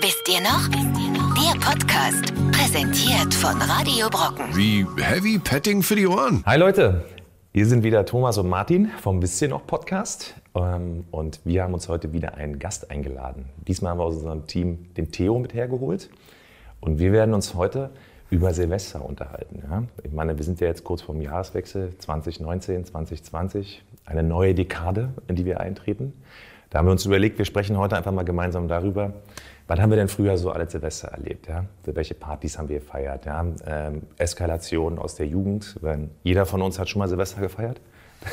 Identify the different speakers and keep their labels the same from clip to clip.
Speaker 1: Wisst ihr noch? Der Podcast, präsentiert von Radio Brocken.
Speaker 2: Wie Heavy Petting für die Ohren.
Speaker 3: Hi Leute, hier sind wieder Thomas und Martin vom Wisst ihr noch Podcast. Ähm, Und wir haben uns heute wieder einen Gast eingeladen. Diesmal haben wir aus unserem Team den Theo mit hergeholt. Und wir werden uns heute über Silvester unterhalten. Ja? Ich meine, wir sind ja jetzt kurz vorm Jahreswechsel 2019, 2020, eine neue Dekade, in die wir eintreten. Da haben wir uns überlegt, wir sprechen heute einfach mal gemeinsam darüber, wann haben wir denn früher so alle Silvester erlebt? Ja? Für welche Partys haben wir gefeiert? Ja? Ähm, Eskalationen aus der Jugend. Weil jeder von uns hat schon mal Silvester gefeiert.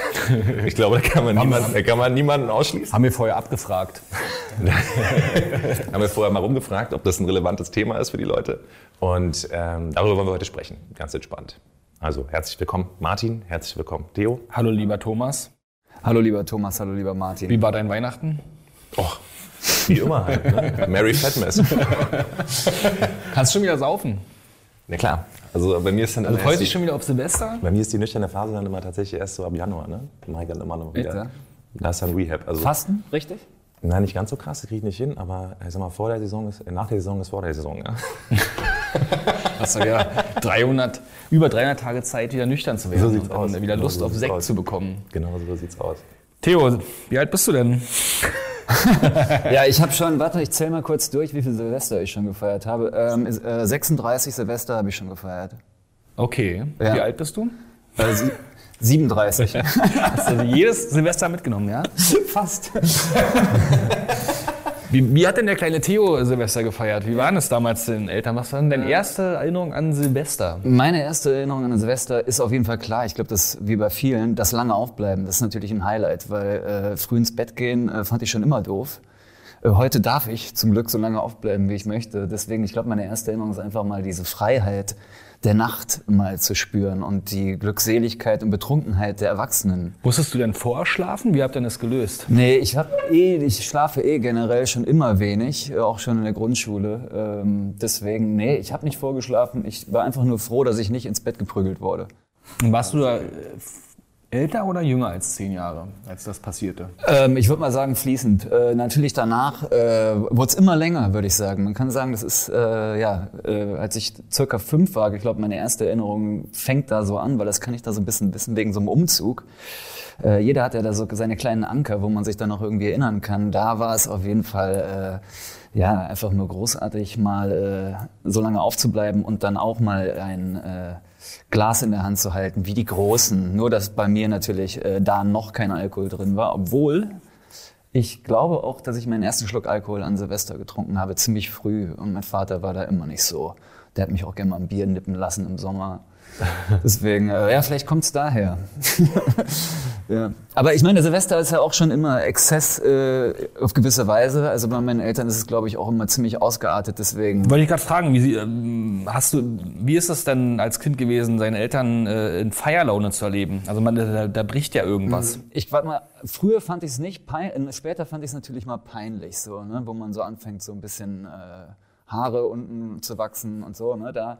Speaker 3: ich glaube, da kann man, niemanden, da kann man niemanden ausschließen.
Speaker 4: Haben wir vorher abgefragt.
Speaker 3: haben wir vorher mal rumgefragt, ob das ein relevantes Thema ist für die Leute. Und ähm, darüber wollen wir heute sprechen, ganz entspannt. Also herzlich willkommen Martin, herzlich willkommen Theo.
Speaker 5: Hallo lieber Thomas,
Speaker 4: Hallo lieber Thomas, hallo lieber Martin.
Speaker 5: wie war dein Weihnachten?
Speaker 3: Och, wie immer halt, ne? Merry Fatmas.
Speaker 5: Kannst schon wieder saufen.
Speaker 3: Na klar, also bei mir ist dann
Speaker 5: Also
Speaker 3: immer erst
Speaker 5: heute
Speaker 3: die-
Speaker 5: schon wieder auf Silvester?
Speaker 3: bei mir ist die nüchterne Phase dann immer tatsächlich erst so ab Januar, ne? Mach ich dann immer noch wieder.
Speaker 4: Bitte?
Speaker 3: Da ist dann Rehab. Also,
Speaker 4: Fasten, richtig?
Speaker 3: Nein, nicht ganz so krass, das kriege ich nicht hin, aber ich sag mal, vor der Saison ist, nach der Saison ist vor der Saison, ja.
Speaker 5: Hast du ja 300, über 300 Tage Zeit, wieder nüchtern zu werden
Speaker 3: So sieht's
Speaker 5: und
Speaker 3: aus.
Speaker 5: dann wieder Lust
Speaker 3: So
Speaker 5: auf
Speaker 3: sieht's
Speaker 5: Sekt
Speaker 3: aus.
Speaker 5: zu bekommen.
Speaker 3: Genau so sieht's aus.
Speaker 5: Theo, wie alt bist du denn?
Speaker 4: Ja, ich habe schon, warte, ich zähle mal kurz durch, wie viel Silvester ich schon gefeiert habe. Ähm, ist, äh, 36 Silvester habe ich schon gefeiert.
Speaker 5: Okay,
Speaker 4: Ja.
Speaker 5: wie alt bist du?
Speaker 4: Äh, sie- 37.
Speaker 5: Hast du jedes Silvester mitgenommen, ja?
Speaker 4: Fast.
Speaker 5: Wie, wie hat denn der kleine Theo Silvester gefeiert? Wie waren es damals den Eltern? Was war denn deine erste Erinnerung an Silvester?
Speaker 4: Meine erste Erinnerung an Silvester ist auf jeden Fall klar. Ich glaube, das wie bei vielen, das lange Aufbleiben, das ist natürlich ein Highlight, weil äh, früh ins Bett gehen äh, fand ich schon immer doof. Äh, heute darf ich zum Glück so lange aufbleiben, wie ich möchte. Deswegen, ich glaube, meine erste Erinnerung ist einfach mal diese Freiheit der Nacht mal zu spüren und die Glückseligkeit und Betrunkenheit der Erwachsenen.
Speaker 5: Musstest du denn vorschlafen? Wie habt ihr das gelöst?
Speaker 4: Nee, ich, hab eh, ich schlafe eh generell schon immer wenig, äh, auch schon in der Grundschule. Ähm, deswegen, nee, ich habe nicht vorgeschlafen. Ich war einfach nur froh, dass ich nicht ins Bett geprügelt wurde.
Speaker 5: Und warst du da äh, älter oder jünger als zehn Jahre, als das passierte?
Speaker 4: Ähm, ich würde mal sagen, fließend. Äh, natürlich danach äh, wurde es immer länger, würde ich sagen. Man kann sagen, das ist, äh, ja, äh, als ich circa fünf war, ich glaube, meine erste Erinnerung fängt da so an, weil das kann ich da so ein bisschen wissen wegen so einem Umzug. Äh, jeder hat ja da so seine kleinen Anker, wo man sich dann noch irgendwie erinnern kann. Da war es auf jeden Fall, äh, ja, einfach nur großartig, mal äh, so lange aufzubleiben und dann auch mal ein... Äh, Glas in der Hand zu halten, wie die Großen. Nur, dass bei mir natürlich äh, da noch kein Alkohol drin war, obwohl ich glaube auch, dass ich meinen ersten Schluck Alkohol an Silvester getrunken habe, ziemlich früh. Und mein Vater war da immer nicht so. Der hat mich auch gerne mal ein Bier nippen lassen im Sommer. Deswegen, äh, ja, vielleicht kommt's daher. ja. Aber ich meine, Silvester ist ja auch schon immer Exzess äh, auf gewisse Weise. Also bei meinen Eltern ist es, glaube ich, auch immer ziemlich ausgeartet. Deswegen
Speaker 5: Wollte ich gerade fragen, wie, sie, ähm, hast du, wie ist es denn als Kind gewesen, seine Eltern äh, in Feierlaune zu erleben? Also man, da, da bricht ja irgendwas.
Speaker 4: Ich warte mal, früher fand ich es nicht peinlich, später fand ich es natürlich mal peinlich, so, ne? wo man so anfängt, so ein bisschen äh, Haare unten zu wachsen und so. Ne? Da,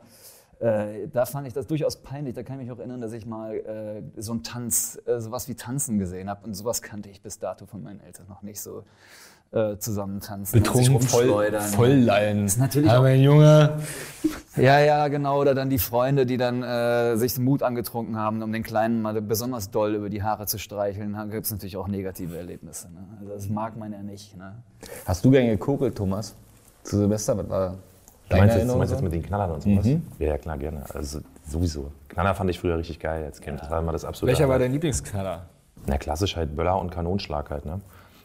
Speaker 4: äh, da fand ich das durchaus peinlich. Da kann ich mich auch erinnern, dass ich mal äh, so einen Tanz, äh, sowas wie Tanzen gesehen habe. Und sowas kannte ich bis dato von meinen Eltern noch nicht so äh, zusammen tanzen. und sich rumschleudern.
Speaker 5: volllallen.
Speaker 4: Ist natürlich auch-
Speaker 5: Aber ein Junge.
Speaker 4: Ja, ja, genau. Oder dann die Freunde, die dann äh, sich den Mut angetrunken haben, um den Kleinen mal besonders doll über die Haare zu streicheln. Da gibt es natürlich auch negative Erlebnisse. Ne? Also das mag man ja nicht. Ne?
Speaker 6: Hast du gern gekokelt, Thomas? Zu Silvester? Was war
Speaker 3: Du
Speaker 6: deine
Speaker 3: meinst, jetzt, du
Speaker 6: Erinnerung?
Speaker 3: meinst jetzt
Speaker 6: so?
Speaker 3: mit den Knallern und sowas? Ja, ja, klar, gerne. Also sowieso. Knaller fand ich früher richtig geil als Kind. Das war immer das absolute.
Speaker 5: Welcher war
Speaker 3: Highlight.
Speaker 5: dein Lieblingsknaller?
Speaker 3: Na, klassisch halt Böller und Kanonschlag halt, ne?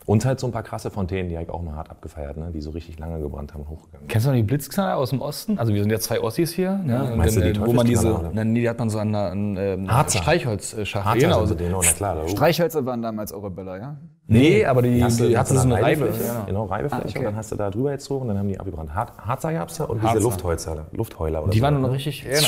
Speaker 3: Und halt so ein paar krasse Fontänen, die habe ich auch mal hart abgefeiert, ne? Die so richtig lange gebrannt haben und hochgegangen.
Speaker 5: Kennst du noch die Blitzknaller aus dem Osten? Also wir sind ja zwei Ossis hier. Ne? Und
Speaker 3: Meinst du
Speaker 5: dann,
Speaker 3: die
Speaker 5: äh, wo man diese,
Speaker 3: Teufelsknaller, oder?
Speaker 5: Nein, nee, die hat man so an einer an, ähm,
Speaker 3: Harzer.
Speaker 5: Streichholzschachtel.
Speaker 3: Harter
Speaker 5: Genau.
Speaker 3: sind sie denen, oh, na klar. Da, oh.
Speaker 4: Streichhölzer waren damals eure Böller, ja?
Speaker 5: Nee, aber die,
Speaker 3: Hast
Speaker 5: die
Speaker 3: du,
Speaker 5: hat
Speaker 3: hast du
Speaker 5: so
Speaker 3: so
Speaker 5: eine Reibe.
Speaker 3: Reibefläche?
Speaker 5: Ja.
Speaker 3: Genau, Reibefläche. Und dann hast du da drüber gezogen und dann haben die abgebrannt. Har- Harzer gab's da und
Speaker 5: Harzer.
Speaker 3: diese Luftholzer, Luftheuler oder
Speaker 5: Die
Speaker 3: so,
Speaker 5: waren
Speaker 3: ne?
Speaker 5: noch richtig, genau.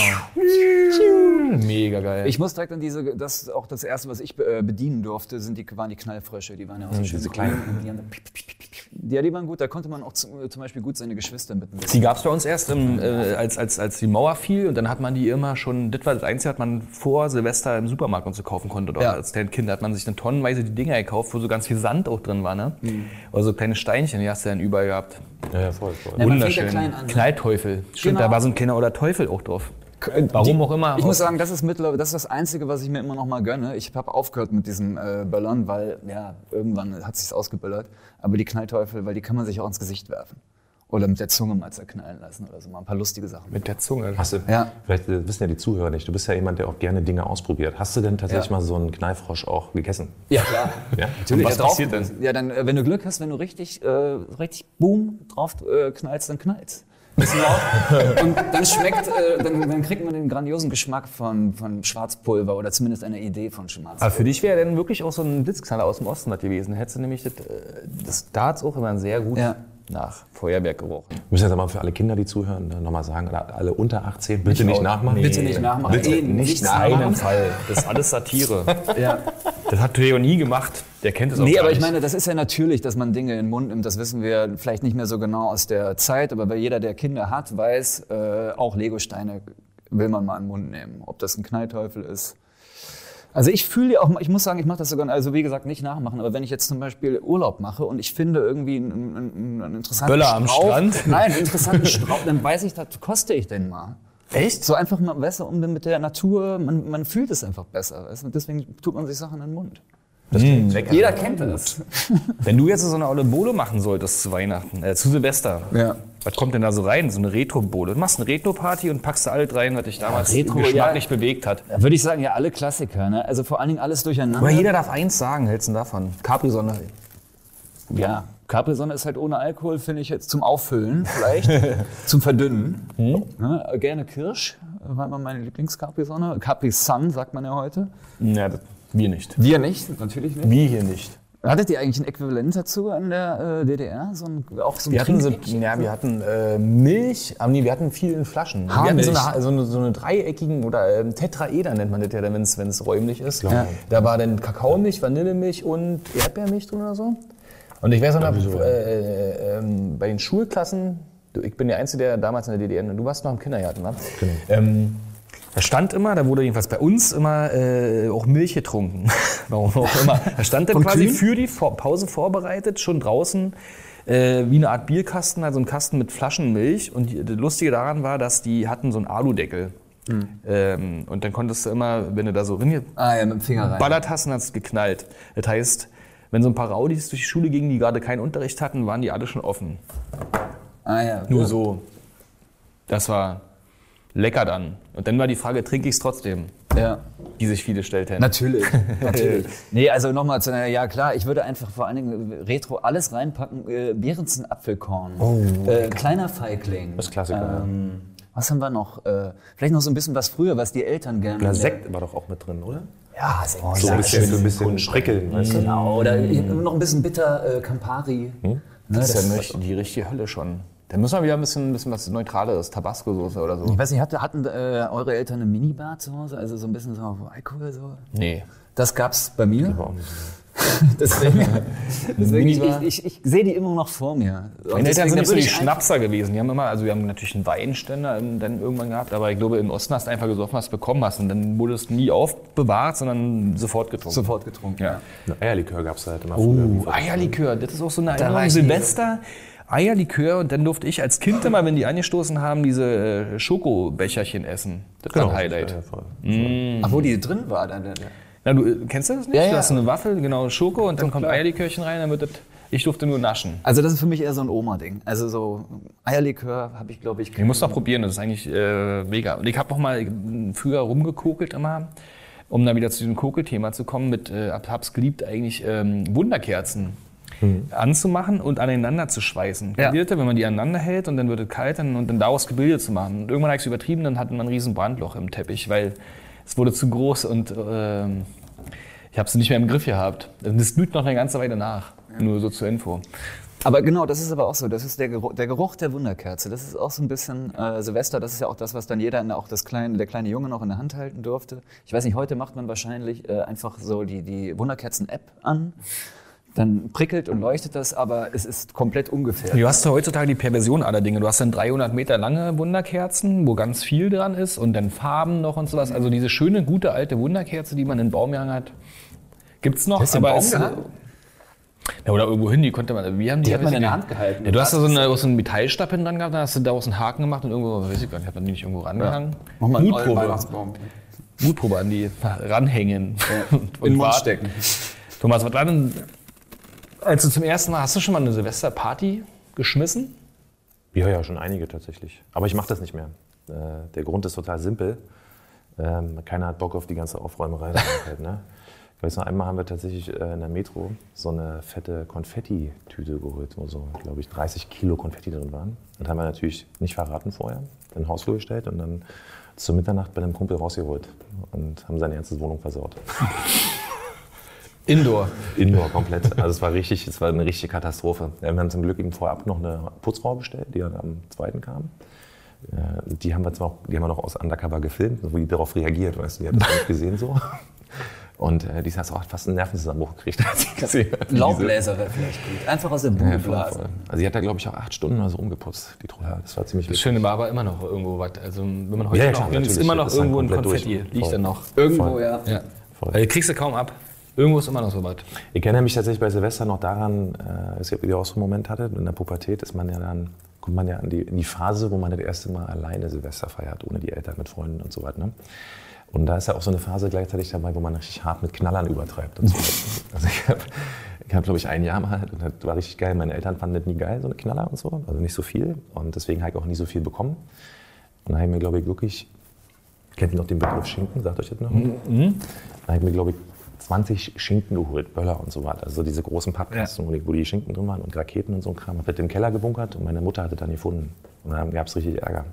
Speaker 5: Mega geil.
Speaker 4: Ich muss direkt an diese, das ist auch das erste, was ich äh, bedienen durfte, sind die, waren die Knallfrösche. Die waren ja auch so schön
Speaker 3: diese
Speaker 4: grün und Hm, Die haben dann piep, piep, piep, piep, piep. ja, die waren gut. Da konnte man auch zum, zum Beispiel gut seine Geschwister mitnehmen.
Speaker 5: Die gab es bei uns erst, im, äh, als, als, als die Mauer fiel und dann hat man die immer schon, das war das Einzige, was man vor Silvester im Supermarkt und so kaufen konnte. Oder
Speaker 4: Ja.
Speaker 5: als kleines Kind hat man sich dann Mhm. tonnenweise die Dinger gekauft, wo so ganz viel Sand auch drin war. Ne? Oder so kleine Steinchen, die hast du dann überall gehabt.
Speaker 3: Ja, ja, voll, voll.
Speaker 4: Ja, man fängt ja
Speaker 5: Wunderschön.
Speaker 4: klein an.
Speaker 5: Knallteufel. Stimmt,
Speaker 4: Genau.
Speaker 5: da war so ein Kenner oder Teufel auch drauf.
Speaker 4: Die-
Speaker 5: Warum auch immer.
Speaker 4: Ich muss sagen, das ist mittlerweile, das ist das Einzige, was ich mir immer noch mal gönne. Ich habe aufgehört mit diesem äh, Böllern, weil ja irgendwann hat sich's ausgeböllert. Aber die Knallteufel, weil die kann man sich auch ins Gesicht werfen oder mit der Zunge mal zerknallen lassen oder so mal ein paar lustige Sachen.
Speaker 5: mit der Zunge.
Speaker 3: Hast du,
Speaker 4: Ja.
Speaker 3: Vielleicht äh, wissen ja die Zuhörer nicht, du bist ja jemand, der auch gerne Dinge ausprobiert. Hast du denn tatsächlich
Speaker 4: Ja.
Speaker 3: mal so einen Knallfrosch auch gegessen?
Speaker 4: Ja klar.
Speaker 3: Ja?
Speaker 4: Natürlich.
Speaker 5: was
Speaker 4: ja, drauf-
Speaker 5: passiert denn?
Speaker 4: Ja, dann, äh, wenn du Glück hast, wenn du richtig, äh, richtig boom drauf äh, knallst, dann knallst. Bisschen laut. Und dann schmeckt, äh, dann, dann kriegt man den grandiosen Geschmack von, von Schwarzpulver oder zumindest eine Idee von
Speaker 5: Also
Speaker 4: Schwarzpulver.
Speaker 7: Aber für dich wäre dann wirklich auch so ein Blitzknaller aus dem Osten das gewesen. Hättest du nämlich das, äh, das da hat's auch immer sehr gut
Speaker 4: Ja.
Speaker 7: nach Feuerwerk gerochen.
Speaker 3: Wir müssen jetzt aber für alle Kinder, die zuhören, ne, nochmal sagen, alle alle unter 18, bitte nicht
Speaker 7: auch.
Speaker 3: nachmachen.
Speaker 4: Bitte nicht nachmachen.
Speaker 3: Bitte
Speaker 4: Eh,
Speaker 3: nicht
Speaker 4: nichts
Speaker 3: nachmachen.
Speaker 4: nachmachen.
Speaker 5: Fall. Das ist alles Satire.
Speaker 4: Ja.
Speaker 5: Das hat Theo nie gemacht. Der kennt es auch
Speaker 4: Nee,
Speaker 5: gar
Speaker 4: aber ich
Speaker 5: nicht.
Speaker 4: meine, das ist ja natürlich, dass man Dinge in den Mund nimmt. Das wissen wir vielleicht nicht mehr so genau aus der Zeit, aber weil jeder, der Kinder hat, weiß, äh, auch Legosteine will man mal in den Mund nehmen. Ob das ein Knallteufel ist. Also ich fühle auch, ich muss sagen, ich mache das sogar, also wie gesagt, nicht nachmachen, aber wenn ich jetzt zum Beispiel Urlaub mache und ich finde irgendwie einen, einen, einen interessanten
Speaker 5: Böller am
Speaker 4: Strauch,
Speaker 5: Strand?
Speaker 4: nein, einen interessanten Strauch, dann weiß ich, das koste ich den mal. Echt? So einfach mal besser um mit der Natur, man, man fühlt es einfach besser. Weißt? du? Und deswegen tut man sich Sachen in den Mund. Hm. Jeder kennt das.
Speaker 5: Wenn du jetzt so eine olle Bowle machen solltest zu Weihnachten, äh, zu Silvester,
Speaker 4: Ja.
Speaker 5: was kommt denn da so rein? So eine Retro-Bowle. Du machst eine Retro-Party und packst da alles rein, was dich damals
Speaker 4: Retro,
Speaker 5: geschmacklich bewegt hat.
Speaker 4: Da würde ich sagen, ja, alle Klassiker, ne? Also vor allen Dingen alles durcheinander.
Speaker 7: Aber jeder darf eins sagen, hältst du denn davon? Capri-Sonne.
Speaker 4: ja. Capri-Sonne ist halt ohne Alkohol, finde ich jetzt zum Auffüllen vielleicht, zum Verdünnen. Ne? Gerne Kirsch, war immer meine Lieblings-Capri-Sonne. Capri-Sun sagt man ja heute.
Speaker 5: Ja, das- wir nicht.
Speaker 4: Wir nicht, natürlich nicht.
Speaker 5: Wir hier nicht.
Speaker 4: Hattet ihr eigentlich ein Äquivalent dazu an der äh, DDR? So ein, auch so ein
Speaker 7: Wir hatten, so,
Speaker 4: Trinkpäckchen?
Speaker 7: ja, wir hatten äh, Milch, aber nee, wir hatten viel in Flaschen. Wir hatten
Speaker 4: Haarmilch.
Speaker 7: so eine, Ha- so eine, so eine dreieckigen oder ähm, Tetraeder nennt man das ja, wenn es räumlich ist.
Speaker 3: Ja.
Speaker 7: Da war dann Kakaomilch, Vanillemilch und Erdbeermilch drin oder so. Und ich weiß noch, äh, äh, ähm, bei den Schulklassen, du, ich bin der Einzige, der damals in der DDR, und du warst noch im Kindergarten, ne? Ähm,
Speaker 5: Da stand immer, da wurde jedenfalls bei uns immer äh, auch Milch getrunken. Warum auch immer. Da stand dann quasi
Speaker 4: Kühen?
Speaker 5: für die Vor Pause vorbereitet, schon draußen, äh, wie eine Art Bierkasten, also ein Kasten mit Flaschenmilch. Und die- das Lustige daran war, dass die hatten so einen Aludeckel. Ähm, und dann konntest du immer, wenn du da so
Speaker 4: Ah ja, mit dem Finger rein.
Speaker 5: ballert hast, dann hat's geknallt. Das heißt, wenn so ein paar Raudis durch die Schule gingen, die gerade keinen Unterricht hatten, waren die alle schon offen.
Speaker 4: Ah ja.
Speaker 5: Nur so. Das war lecker dann. Und dann war die Frage, trinke ich es trotzdem?
Speaker 4: Ja.
Speaker 5: die sich viele stellt hätten.
Speaker 4: Natürlich, natürlich. nee, also nochmal zu einer, ja klar, ich würde einfach vor allen Dingen Retro alles reinpacken. Äh, Behrensen Apfelkorn, äh, kleiner Feigling.
Speaker 3: Oh Das ist Klassiker.
Speaker 4: Ähm, was haben wir noch? Äh, vielleicht noch so ein bisschen was früher, was die Eltern gerne.
Speaker 3: Na, Sekt war doch auch mit drin, oder?
Speaker 4: Ja, Sekt.
Speaker 3: So ein
Speaker 4: klar.
Speaker 3: bisschen, so Mm. ein bisschen prickeln, weißt du?
Speaker 4: Genau, oder noch ein bisschen bitter äh, Campari.
Speaker 3: Hm?
Speaker 4: Ne,
Speaker 7: das
Speaker 4: das-
Speaker 7: ist ja nicht die richtige Hölle schon. Da müssen wir wieder ein bisschen, bisschen was Neutraleres, Tabasco-Soße oder so.
Speaker 4: ich weiß nicht, hatte, hatten äh, eure Eltern eine Minibar zu Hause? Also so ein bisschen so auf Alkohol so?
Speaker 7: Nee.
Speaker 4: Das gab's bei mir.
Speaker 3: auch nicht
Speaker 4: deswegen, deswegen ich,
Speaker 7: Minibar.
Speaker 4: ich, ich, ich sehe die immer noch vor mir.
Speaker 5: Meine Eltern sind nicht so die
Speaker 4: Schnapp.
Speaker 5: Schnapser gewesen. Die haben immer, also wir haben natürlich einen Weinständer im- dann irgendwann gehabt, aber ich glaube, im Osten hast du einfach gesoffen, hast bekommen hast. Und dann wurde es nie aufbewahrt, sondern sofort getrunken.
Speaker 4: Sofort getrunken.
Speaker 5: Ja.
Speaker 3: Ein Eierlikör gab es halt immer früher.
Speaker 5: Uh, Eierlikör, das ist auch so eine
Speaker 4: war
Speaker 5: Erinnerung.
Speaker 4: ich
Speaker 5: Silvester, Eierlikör und dann durfte ich als Kind immer, wenn die angestoßen haben, diese äh, Schokobecherchen essen. Das
Speaker 4: Genau.
Speaker 5: war ein Highlight.
Speaker 3: Genau. Ja, voll.
Speaker 4: Ach, wo die drin war dann. dann-
Speaker 5: Na, du äh, kennst du das nicht?
Speaker 4: Ja, ja.
Speaker 5: Du hast eine Waffel, genau, Schoko und dann kommt Eierlikörchen rein, dann wird das, ich durfte nur naschen.
Speaker 4: Also das ist für mich eher so ein Oma-Ding. Also so Eierlikör habe ich, glaube ich,
Speaker 5: Ich muss noch probieren, das ist eigentlich äh, mega. Und ich habe auch mal äh, früher rumgekokelt immer, um dann wieder zu diesem Kokelthema zu kommen, mit, äh, hab- hab's geliebt, eigentlich ähm, Wunderkerzen anzumachen und aneinander zu schweißen.
Speaker 4: Ja.
Speaker 5: Kennt ihr das, Wenn man die aneinander hält und dann wird es kalt dann, und dann daraus Gebilde zu machen. Und irgendwann habe ich es übertrieben, dann hatte man ein riesen Brandloch im Teppich, weil es wurde zu groß und ähm, ich habe es nicht mehr im Griff gehabt. Das blüht noch eine ganze Weile nach, nur so zur Info.
Speaker 4: Aber genau, das ist aber auch so. Das ist der Geruch der, Geruch der Wunderkerze. Das ist auch so ein bisschen äh, Silvester. Das ist ja auch das, was dann jeder, in, der- auch das kleine, der kleine Junge noch in der Hand halten durfte. Ich weiß nicht, heute macht man wahrscheinlich äh, einfach so die, die Wunderkerzen-App an. Dann prickelt und leuchtet das, aber es ist komplett ungefährlich.
Speaker 5: Du hast ja heutzutage die Perversion aller Dinge. Du hast dann 300 Meter lange Wunderkerzen, wo ganz viel dran ist und dann Farben noch und sowas. Also diese schöne, gute alte Wunderkerze, die man in Baum gehangen hat, gibt's noch.
Speaker 4: im Baum
Speaker 5: es,
Speaker 4: gehangen?
Speaker 5: Ja, oder irgendwo hin, die konnte man. Wie haben die,
Speaker 4: Die hat man in
Speaker 5: weiß
Speaker 4: der
Speaker 5: ich
Speaker 4: Hand
Speaker 5: nicht.
Speaker 4: gehalten.
Speaker 5: Ja, du hast da so, eine, so einen Metallstab hinten dran gehabt, dann hast du daraus einen Haken gemacht und irgendwo, weiß ich gar nicht, hat man die nicht irgendwo rangehangen.
Speaker 4: Nochmal einen
Speaker 5: Mutprobe.
Speaker 4: Weihnachtsbaum.
Speaker 5: Mutprobe an die ranhängen. Und- und
Speaker 4: In den Mund
Speaker 5: warten.
Speaker 4: stecken.
Speaker 5: Thomas, was war denn, als du zum ersten Mal, hast du schon mal eine Silvesterparty geschmissen?
Speaker 3: Ja, ja, schon einige tatsächlich. Aber ich mache das nicht mehr. Äh, der Grund ist total simpel. Ähm, keiner hat Bock auf die ganze Aufräumerei. da halt, ne? Ich weiß noch, einmal haben wir tatsächlich äh, in der Metro so eine fette Konfetti-Tüte geholt, wo so, glaube ich, 30 Kilo Konfetti drin waren. Das haben wir natürlich nicht verraten vorher, in den Hausflur gestellt und dann zur Mitternacht bei einem Kumpel rausgeholt und haben seine ganze Wohnung versaut.
Speaker 5: Indoor.
Speaker 3: Indoor komplett. Also es war richtig, es war eine richtige Katastrophe. Ja, Wir haben zum Glück eben vorab noch eine Putzfrau bestellt, die dann am zweiten kam. Äh, Die haben wir zwar auch, die haben wir noch aus Undercover gefilmt, wo die darauf reagiert, weißt du, die hat das nicht gesehen so. Und äh, die hat auch fast einen Nervenzusammenbruch gekriegt, als sie gesehen hat. wie diese-
Speaker 4: Laubbläser wäre vielleicht gut. Einfach aus der Bude
Speaker 3: Ja, voll,
Speaker 4: blasen.
Speaker 3: voll. Also sie hat da, glaube ich, auch acht Stunden oder so rumgeputzt, die Trolle. Das war ziemlich
Speaker 5: Das Schöne war aber immer noch irgendwo was. Also, wenn man heute
Speaker 3: Ja, ja,
Speaker 5: noch,
Speaker 3: klar,
Speaker 5: wenn es
Speaker 3: natürlich.
Speaker 5: immer noch
Speaker 3: Das ist dann
Speaker 5: irgendwo ein
Speaker 3: komplett durch.
Speaker 5: Konfetti liegt
Speaker 3: Voll.
Speaker 5: dann noch.
Speaker 4: Irgendwo,
Speaker 3: Voll.
Speaker 4: ja.
Speaker 5: Ja.
Speaker 3: Voll.
Speaker 5: Weil kriegst du kaum ab. Irgendwo ist immer noch so was.
Speaker 3: Ich erinnere mich tatsächlich bei Silvester noch daran, äh, es gibt, wie ihr auch so einen Moment hattet, in der Pubertät ist man ja dann, kommt man ja in die, in die Phase, wo man das erste Mal alleine Silvester feiert, ohne die Eltern, mit Freunden und so weiter. Ne? Und da ist ja auch so eine Phase gleichzeitig dabei, wo man richtig hart mit Knallern übertreibt. Und so. Also ich habe, ich hab, glaube ich, ein Jahr mal, und das war richtig geil, meine Eltern fanden das nie geil, so eine Knaller und so, also nicht so viel. Und deswegen habe ich auch nie so viel bekommen. Und dann habe ich mir, glaube ich, wirklich, kennt ihr noch den Begriff Schinken, sagt euch das noch? Da habe ich mir, glaube ich, 20 Schinken geholt, Böller und so weiter. Also diese großen Pappkasten, wo, die, wo die Schinken drin waren und Raketen und so ein Kram. Hab das im Keller gebunkert und meine Mutter hatte dann gefunden. Und dann gab es richtig Ärger.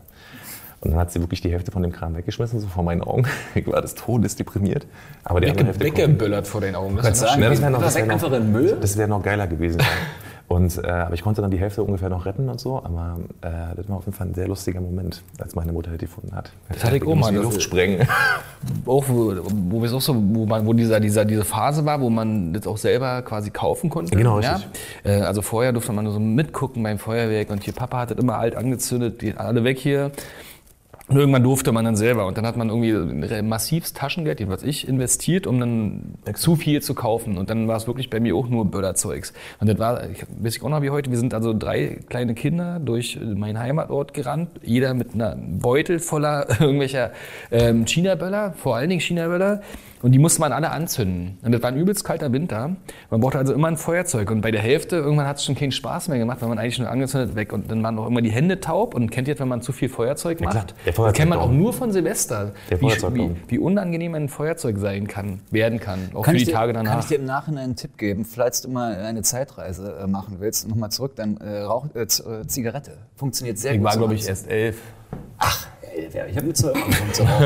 Speaker 3: Und dann hat sie wirklich die Hälfte von dem Kram weggeschmissen, so vor meinen Augen. Ich war des Todes deprimiert. Aber die andere Hälfte komplett-
Speaker 5: Weggeböllert vor den Augen. Das ist ja noch
Speaker 4: sagen,
Speaker 3: ja, das wäre noch,
Speaker 4: das
Speaker 3: das wär
Speaker 4: weg
Speaker 3: noch,
Speaker 4: einfach in den Müll.
Speaker 3: Das wäre noch geiler gewesen. Und, äh, aber ich konnte dann die Hälfte ungefähr noch retten und so. Aber äh, das war auf jeden Fall ein sehr lustiger Moment, als meine Mutter das gefunden hat. Das
Speaker 5: hatte ich auch mal,
Speaker 3: Die
Speaker 5: das-
Speaker 3: Luft sprengen.
Speaker 5: auch, wo, wo wir es auch so, wo man, wo dieser, dieser, diese Phase war, wo man das auch selber quasi kaufen konnte.
Speaker 3: Genau,
Speaker 5: ja?
Speaker 3: richtig.
Speaker 5: Äh, Also vorher durfte man nur so mitgucken beim Feuerwerk und hier Papa hat das immer alt angezündet, die alle weg hier. Und irgendwann durfte man dann selber und dann hat man irgendwie re- massivs Taschengeld, jedenfalls ich, investiert, um dann zu viel zu kaufen. Und dann war es wirklich bei mir auch nur Böllerzeugs. Und das war, ich weiß ich auch noch wie heute, wir sind also drei kleine Kinder durch meinen Heimatort gerannt, jeder mit einer Beutel voller irgendwelcher ähm, China-Böller, vor allen Dingen China-Böller. Und die musste man alle anzünden. Und das war ein übelst kalter Winter. Man brauchte also immer ein Feuerzeug. Und bei der Hälfte, irgendwann hat es schon keinen Spaß mehr gemacht, weil man eigentlich nur angezündet weg. Und dann waren auch immer die Hände taub. Und kennt ihr das, wenn man zu viel Feuerzeug
Speaker 3: klar,
Speaker 5: macht?
Speaker 3: der
Speaker 5: das kennt man auch
Speaker 3: Feuerzeugbaum.
Speaker 5: nur von Silvester.
Speaker 3: Der
Speaker 5: wie, wie,
Speaker 3: Feuerzeugbaum.
Speaker 5: wie unangenehm ein Feuerzeug sein kann, werden kann. Auch für die
Speaker 4: ich dir,
Speaker 5: Tage
Speaker 4: Kann
Speaker 5: danach.
Speaker 4: ich dir im Nachhinein einen Tipp geben, falls du mal eine Zeitreise äh, machen willst, nochmal zurück, dann äh, Rauch, äh, Z- äh, Zigarette. Funktioniert sehr
Speaker 5: ich
Speaker 4: gut.
Speaker 5: war,
Speaker 4: zum
Speaker 5: glaube ich,
Speaker 4: Anzünden.
Speaker 5: erst elf.
Speaker 4: Ey, wer- Ich habe mir zu angefangen zu rauchen.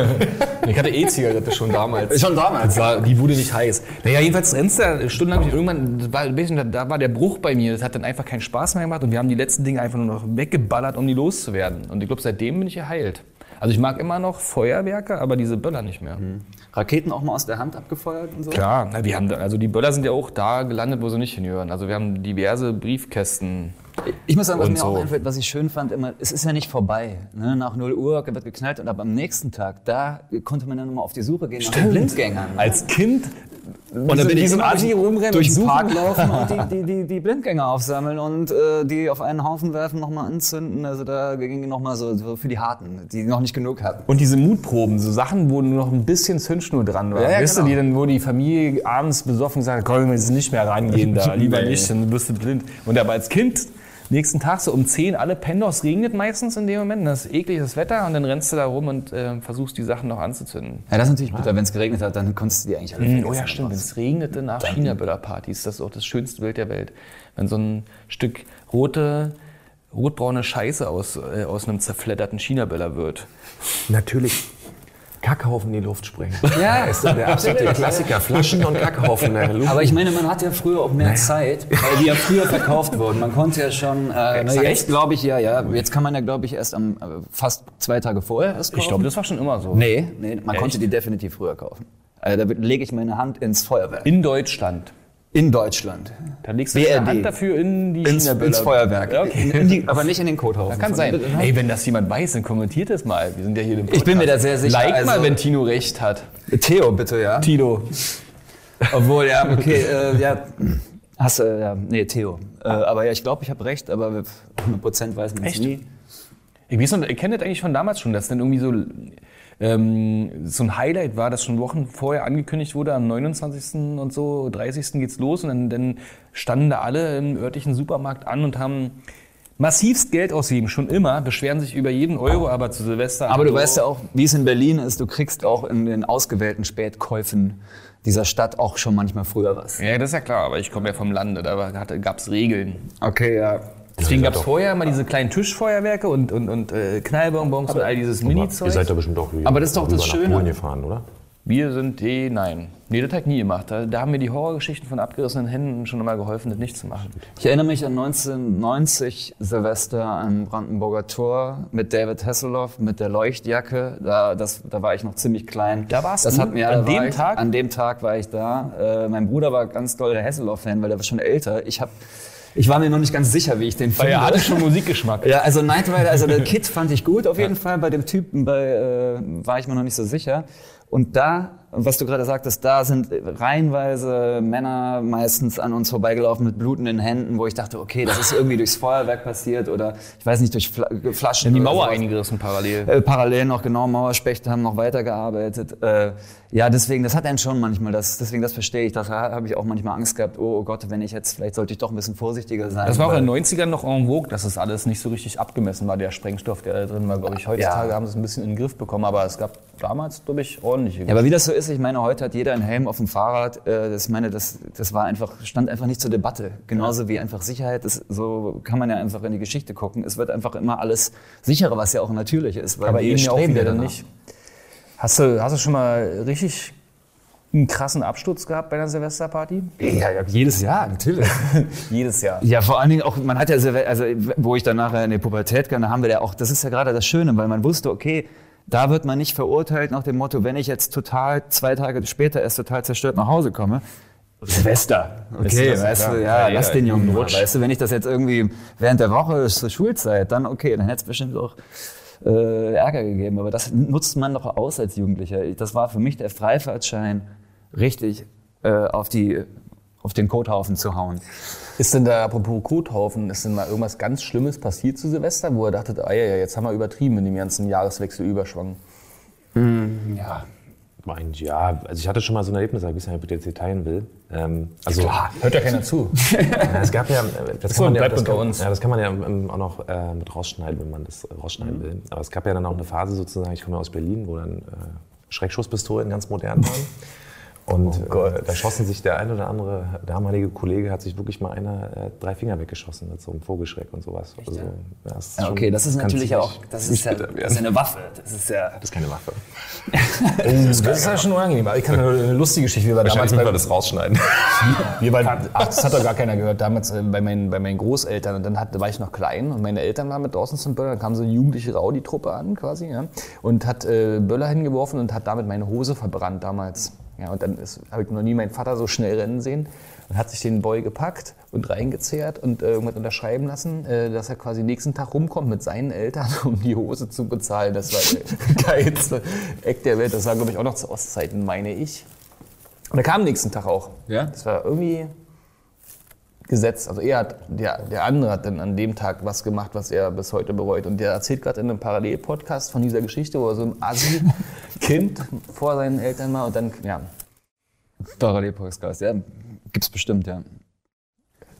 Speaker 5: Ich hatte E-Zigarette schon damals.
Speaker 4: Schon damals?
Speaker 5: Das War, die wurde nicht heiß. Naja, jedenfalls rennst du da stundenlang. Irgendwann das war, ein bisschen, da war der Bruch bei mir. Das hat dann einfach keinen Spaß mehr gemacht. Und wir haben die letzten Dinge einfach nur noch weggeballert, um die loszuwerden. Und ich glaube, seitdem bin ich geheilt. Also ich mag immer noch Feuerwerke, aber diese Böller nicht mehr.
Speaker 4: Mhm. Raketen auch mal aus der Hand abgefeuert und so.
Speaker 5: Klar, na, wir haben, da- also die Böller sind ja auch da gelandet, wo sie nicht hinhören. Also wir haben diverse Briefkästen.
Speaker 4: Ich muss sagen, was
Speaker 5: Und
Speaker 4: mir
Speaker 5: so.
Speaker 4: auch einfällt, was ich schön fand, immer, es ist ja nicht vorbei. Ne? Nach 0 Uhr wird geknallt und ab am nächsten Tag, da konnte man dann nochmal auf die Suche gehen nach den Blindgängern.
Speaker 5: Als Kind
Speaker 4: Und dann bin ich immer
Speaker 5: Assi rumrennen
Speaker 4: durch
Speaker 5: und
Speaker 4: den
Speaker 5: suchen.
Speaker 4: Park laufen und die, die, die, die Blindgänger aufsammeln und äh, die auf einen Haufen werfen, nochmal anzünden. Also da ging nochmal so, so für die Harten, die noch nicht genug hatten.
Speaker 5: Und diese Mutproben, so Sachen, wo nur noch ein bisschen Zündschnur dran war.
Speaker 4: Ja, ja,
Speaker 5: weißt
Speaker 4: genau.
Speaker 5: du, die dann, wo die Familie abends besoffen sagt, komm, wir müssen nicht mehr reingehen da, lieber nicht, dann wirst du blind. Und aber als Kind, nächsten Tag so um 10, alle Pendos regnet meistens in dem Moment, das ist ekliges Wetter und dann rennst du da rum und äh, versuchst die Sachen noch anzuzünden.
Speaker 4: Ja, Mhm. das ist natürlich bitter, wenn es geregnet hat, dann konntest du die eigentlich alle
Speaker 5: Oh ja,
Speaker 4: vergessen.
Speaker 5: stimmt. Wenn es regnete nach China-Böller-Partys, das ist auch das schönste Bild der Welt. Wenn so ein Stück rote, rotbraune Scheiße aus, äh, aus einem zerfledderten China-Böller wird.
Speaker 3: Natürlich. Kackhaufen in die Luft sprengen.
Speaker 4: Ja.
Speaker 3: ist der absolute Klassiker. Flaschen und Kackhaufen in der Luft.
Speaker 4: Aber ich meine, man hat ja früher auch mehr Zeit, weil die ja früher verkauft wurden. Man konnte ja schon, äh, na, jetzt glaube ich, ja, ja, jetzt kann man ja, glaube ich, erst am, äh, fast zwei Tage vorher erst kaufen.
Speaker 5: Ich glaube, das war schon immer so.
Speaker 4: nee, nee, man konnte die definitiv früher kaufen. Also, da lege ich meine Hand ins Feuerwerk.
Speaker 5: In Deutschland.
Speaker 4: In Deutschland.
Speaker 5: Dann legst du deine
Speaker 4: BRD.
Speaker 5: Hand dafür in die
Speaker 4: Ins,
Speaker 5: China-Böller.
Speaker 4: ins Feuerwerk.
Speaker 5: Ja, Okay.
Speaker 4: In- in die, aber nicht in den Kothaufen.
Speaker 5: Kann sein. Ey, wenn das jemand weiß, dann kommentiert es mal. Wir sind ja hier im
Speaker 4: Ich bin mir da sehr sicher.
Speaker 5: Like mal,
Speaker 4: Also-
Speaker 5: wenn Tino recht hat.
Speaker 4: Theo, bitte, ja.
Speaker 5: Tino.
Speaker 4: Obwohl, ja, okay, äh, ja. Hast du, äh, ja, nee, Theo. Äh, aber ja, ich glaube, ich habe recht, aber 100% weiß man es
Speaker 8: Echt?
Speaker 4: nie.
Speaker 8: Ich, weiß noch, ich kenne das eigentlich von damals schon, dass dann irgendwie so, ähm, so ein Highlight war, das schon Wochen vorher angekündigt wurde, am 29. und so, 30. geht's los. Und dann, dann standen da alle im örtlichen Supermarkt an und haben massivst Geld ausgegeben, schon immer, beschweren sich über jeden Euro, aber zu Silvester.
Speaker 4: Aber du weißt ja auch, wie es in Berlin ist, du kriegst auch in den ausgewählten Spätkäufen dieser Stadt auch schon manchmal früher was.
Speaker 8: Ja, das ist ja klar, aber ich komme ja vom Lande, da gab es Regeln.
Speaker 4: Okay, ja.
Speaker 8: Deswegen gab es vorher immer diese kleinen Tischfeuerwerke und, und, und äh, Knallbonbons und all dieses
Speaker 3: Ihr seid
Speaker 8: Mini-Zeug.
Speaker 3: da bestimmt auch
Speaker 4: Aber das ist doch das Schöne.
Speaker 3: Polen gefahren, oder?
Speaker 8: Wir sind eh, nein. Nee, das hat nie gemacht. Da, da haben mir die Horrorgeschichten von abgerissenen Händen schon immer geholfen, das nicht zu machen.
Speaker 4: Ich erinnere mich an 1990 Silvester am Brandenburger Tor mit David Hasselhoff, mit der Leuchtjacke. Da, das, da war ich noch ziemlich klein.
Speaker 8: Da warst
Speaker 4: das
Speaker 8: du?
Speaker 4: Hat mir,
Speaker 8: An
Speaker 4: da war
Speaker 8: dem
Speaker 4: ich,
Speaker 8: Tag?
Speaker 4: An dem Tag war ich da. Äh, mein Bruder war ganz doll der Hasselhoff-Fan, weil der war schon älter. Ich, hab, ich war mir noch nicht ganz sicher, wie ich den finde.
Speaker 8: schon Musikgeschmack.
Speaker 4: Ja, also Knight Rider, also der Kid fand ich gut auf jeden Fall. Bei dem Typen bei, äh, war ich mir noch nicht so sicher. Und da, was du gerade sagtest, da sind reihenweise Männer meistens an uns vorbeigelaufen mit blutenden Händen, wo ich dachte, okay, das ist irgendwie durchs Feuerwerk passiert oder ich weiß nicht, durch Fla Flaschen.
Speaker 8: Die
Speaker 4: oder
Speaker 8: Mauer
Speaker 4: sowas.
Speaker 8: eingerissen parallel.
Speaker 4: Äh, parallel noch genau Mauerspechte haben noch weitergearbeitet. Äh, ja, deswegen, das hat einen schon manchmal, das, deswegen das verstehe ich. Da habe ich auch manchmal Angst gehabt, oh, oh Gott, wenn ich jetzt, vielleicht sollte ich doch ein bisschen vorsichtiger sein.
Speaker 8: Das war auch
Speaker 4: weil-
Speaker 8: in den 90ern noch en vogue, dass es alles nicht so richtig abgemessen war, der Sprengstoff, der da drin war, glaube ich. Heutzutage haben sie es ein bisschen in den Griff bekommen, aber es gab damals, glaube ich, ordentliche.
Speaker 4: Ja, aber wie das so ist, ich meine, heute hat jeder einen Helm auf dem Fahrrad. äh, Das meine, das, das war einfach, stand einfach nicht zur Debatte. Genauso wie einfach Sicherheit, das, so kann man ja einfach in die Geschichte gucken. Es wird einfach immer alles sicherer, was ja auch natürlich ist. Weil wir streben ja danach.
Speaker 8: Hast du, hast du schon mal richtig einen krassen Absturz gehabt bei einer Silvesterparty?
Speaker 4: Ja, ja, jedes Jahr, natürlich.
Speaker 8: Jedes Jahr.
Speaker 4: Ja, vor allen Dingen auch, man hat ja, Silve- also wo ich dann nachher in die Pubertät kam, da haben wir ja auch, das ist ja gerade das Schöne, weil man wusste, okay, da wird man nicht verurteilt nach dem Motto, wenn ich jetzt total zwei Tage später erst total zerstört nach Hause komme. Silvester. Okay,
Speaker 8: Silvester,
Speaker 4: weißt du,
Speaker 8: klar.
Speaker 4: ja,
Speaker 8: Ja,
Speaker 4: lass
Speaker 8: ja,
Speaker 4: den Jungen
Speaker 8: im
Speaker 4: mal,
Speaker 8: Rutsch.
Speaker 4: Weißt du, wenn ich das jetzt irgendwie während der Woche zur Schulzeit, dann okay, dann hätte es bestimmt auch äh, Ärger gegeben. Aber das nutzt man doch aus als Jugendlicher. Ich- Das war für mich der Freifahrtschein, richtig äh, auf, die, auf den Kothaufen zu hauen.
Speaker 5: Ist denn da, apropos Kothaufen, ist denn mal irgendwas ganz Schlimmes passiert zu Silvester, wo er dachtet, ah ja, ja, jetzt haben wir übertrieben in dem ganzen Jahreswechsel überschwang?
Speaker 4: Ja,
Speaker 3: Mein, ja, also ich hatte schon mal so ein Erlebnis, aber ich weiß nicht, ob ich das jetzt teilen will. Ähm, also,
Speaker 5: Hört ja keiner zu.
Speaker 3: Ja, es gab ja, das
Speaker 8: So,
Speaker 3: kann man ja,
Speaker 8: bleibt
Speaker 3: das
Speaker 8: unter
Speaker 3: kann,
Speaker 8: uns.
Speaker 3: ja, das kann man ja ähm, auch noch äh, mit rausschneiden, wenn man das äh, rausschneiden
Speaker 4: Mhm.
Speaker 3: will. Aber es gab ja dann auch eine Phase sozusagen, ich komme ja aus Berlin, wo dann äh, Schreckschusspistolen ganz modern waren.
Speaker 4: Oh
Speaker 3: Und äh, da schossen sich der ein oder andere damalige Kollege, hat sich wirklich mal einer äh, drei Finger weggeschossen mit so einem Vogelschreck und sowas. Also, ja, das ist
Speaker 4: Ja,
Speaker 3: schon-
Speaker 4: okay, das ist
Speaker 3: kann
Speaker 4: natürlich ja auch,
Speaker 3: ziemlich-
Speaker 4: das ist ja, das ist eine Waffe. Das ist ja.
Speaker 3: Das ist keine Waffe.
Speaker 5: Das ist ja schon unangenehm. Aber ich kann eine lustige Geschichte, wie wir damals
Speaker 3: Wahrscheinlich müssen
Speaker 5: bei,
Speaker 3: wir das rausschneiden.
Speaker 5: wir bei, ach, das hat doch gar keiner gehört, damals äh, bei meinen, bei meinen Großeltern. Und dann hat, war ich noch klein und meine Eltern waren mit draußen zum Böller. Dann kam so eine jugendliche Raudi-Truppe an quasi ja, und hat äh, Böller hingeworfen und hat damit meine Hose verbrannt damals. Ja, und dann habe ich noch nie meinen Vater so schnell rennen sehen und hat sich den Boy gepackt und reingezehrt und äh, irgendwas unterschreiben lassen, äh, dass er quasi nächsten Tag rumkommt mit seinen Eltern, um die Hose zu bezahlen. Das war der geilste Eck der Welt. Das war, glaube ich, auch noch zu Ostzeiten, meine ich. Und er kam am nächsten Tag auch.
Speaker 4: Ja?
Speaker 5: Das war irgendwie Gesetz. Also er hat, der, der andere hat dann an dem Tag was gemacht, was er bis heute bereut. Und der erzählt gerade in einem Parallelpodcast von dieser Geschichte, wo er so ein Assi-Kind vor seinen Eltern war und dann, ja.
Speaker 4: Parallelpostgeist, ja. Gibt's bestimmt, ja.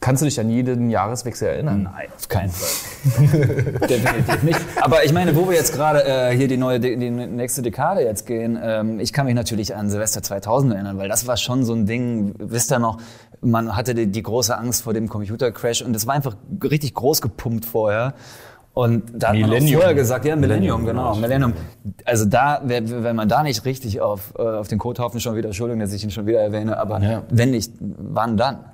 Speaker 5: Kannst du dich an jeden Jahreswechsel erinnern?
Speaker 8: Hm.
Speaker 4: Nein, auf keinen Fall. Hm. Definitiv nicht. Aber ich meine, wo wir jetzt gerade äh, hier die neue, De- die nächste Dekade jetzt gehen, ähm, ich kann mich natürlich an Silvester 2000 erinnern, weil das war schon so ein Ding, wisst ihr noch, man hatte die, die große Angst vor dem Computercrash und es war einfach richtig groß gepumpt vorher. Und da hat man auch
Speaker 8: Millennium.
Speaker 4: vorher gesagt, ja, Millennium, genau, Millennium. Also da, wer- wenn man da nicht richtig auf, äh, auf den Kothaufen schon wieder, Entschuldigung, dass ich ihn schon wieder erwähne, aber wenn nicht, wann dann?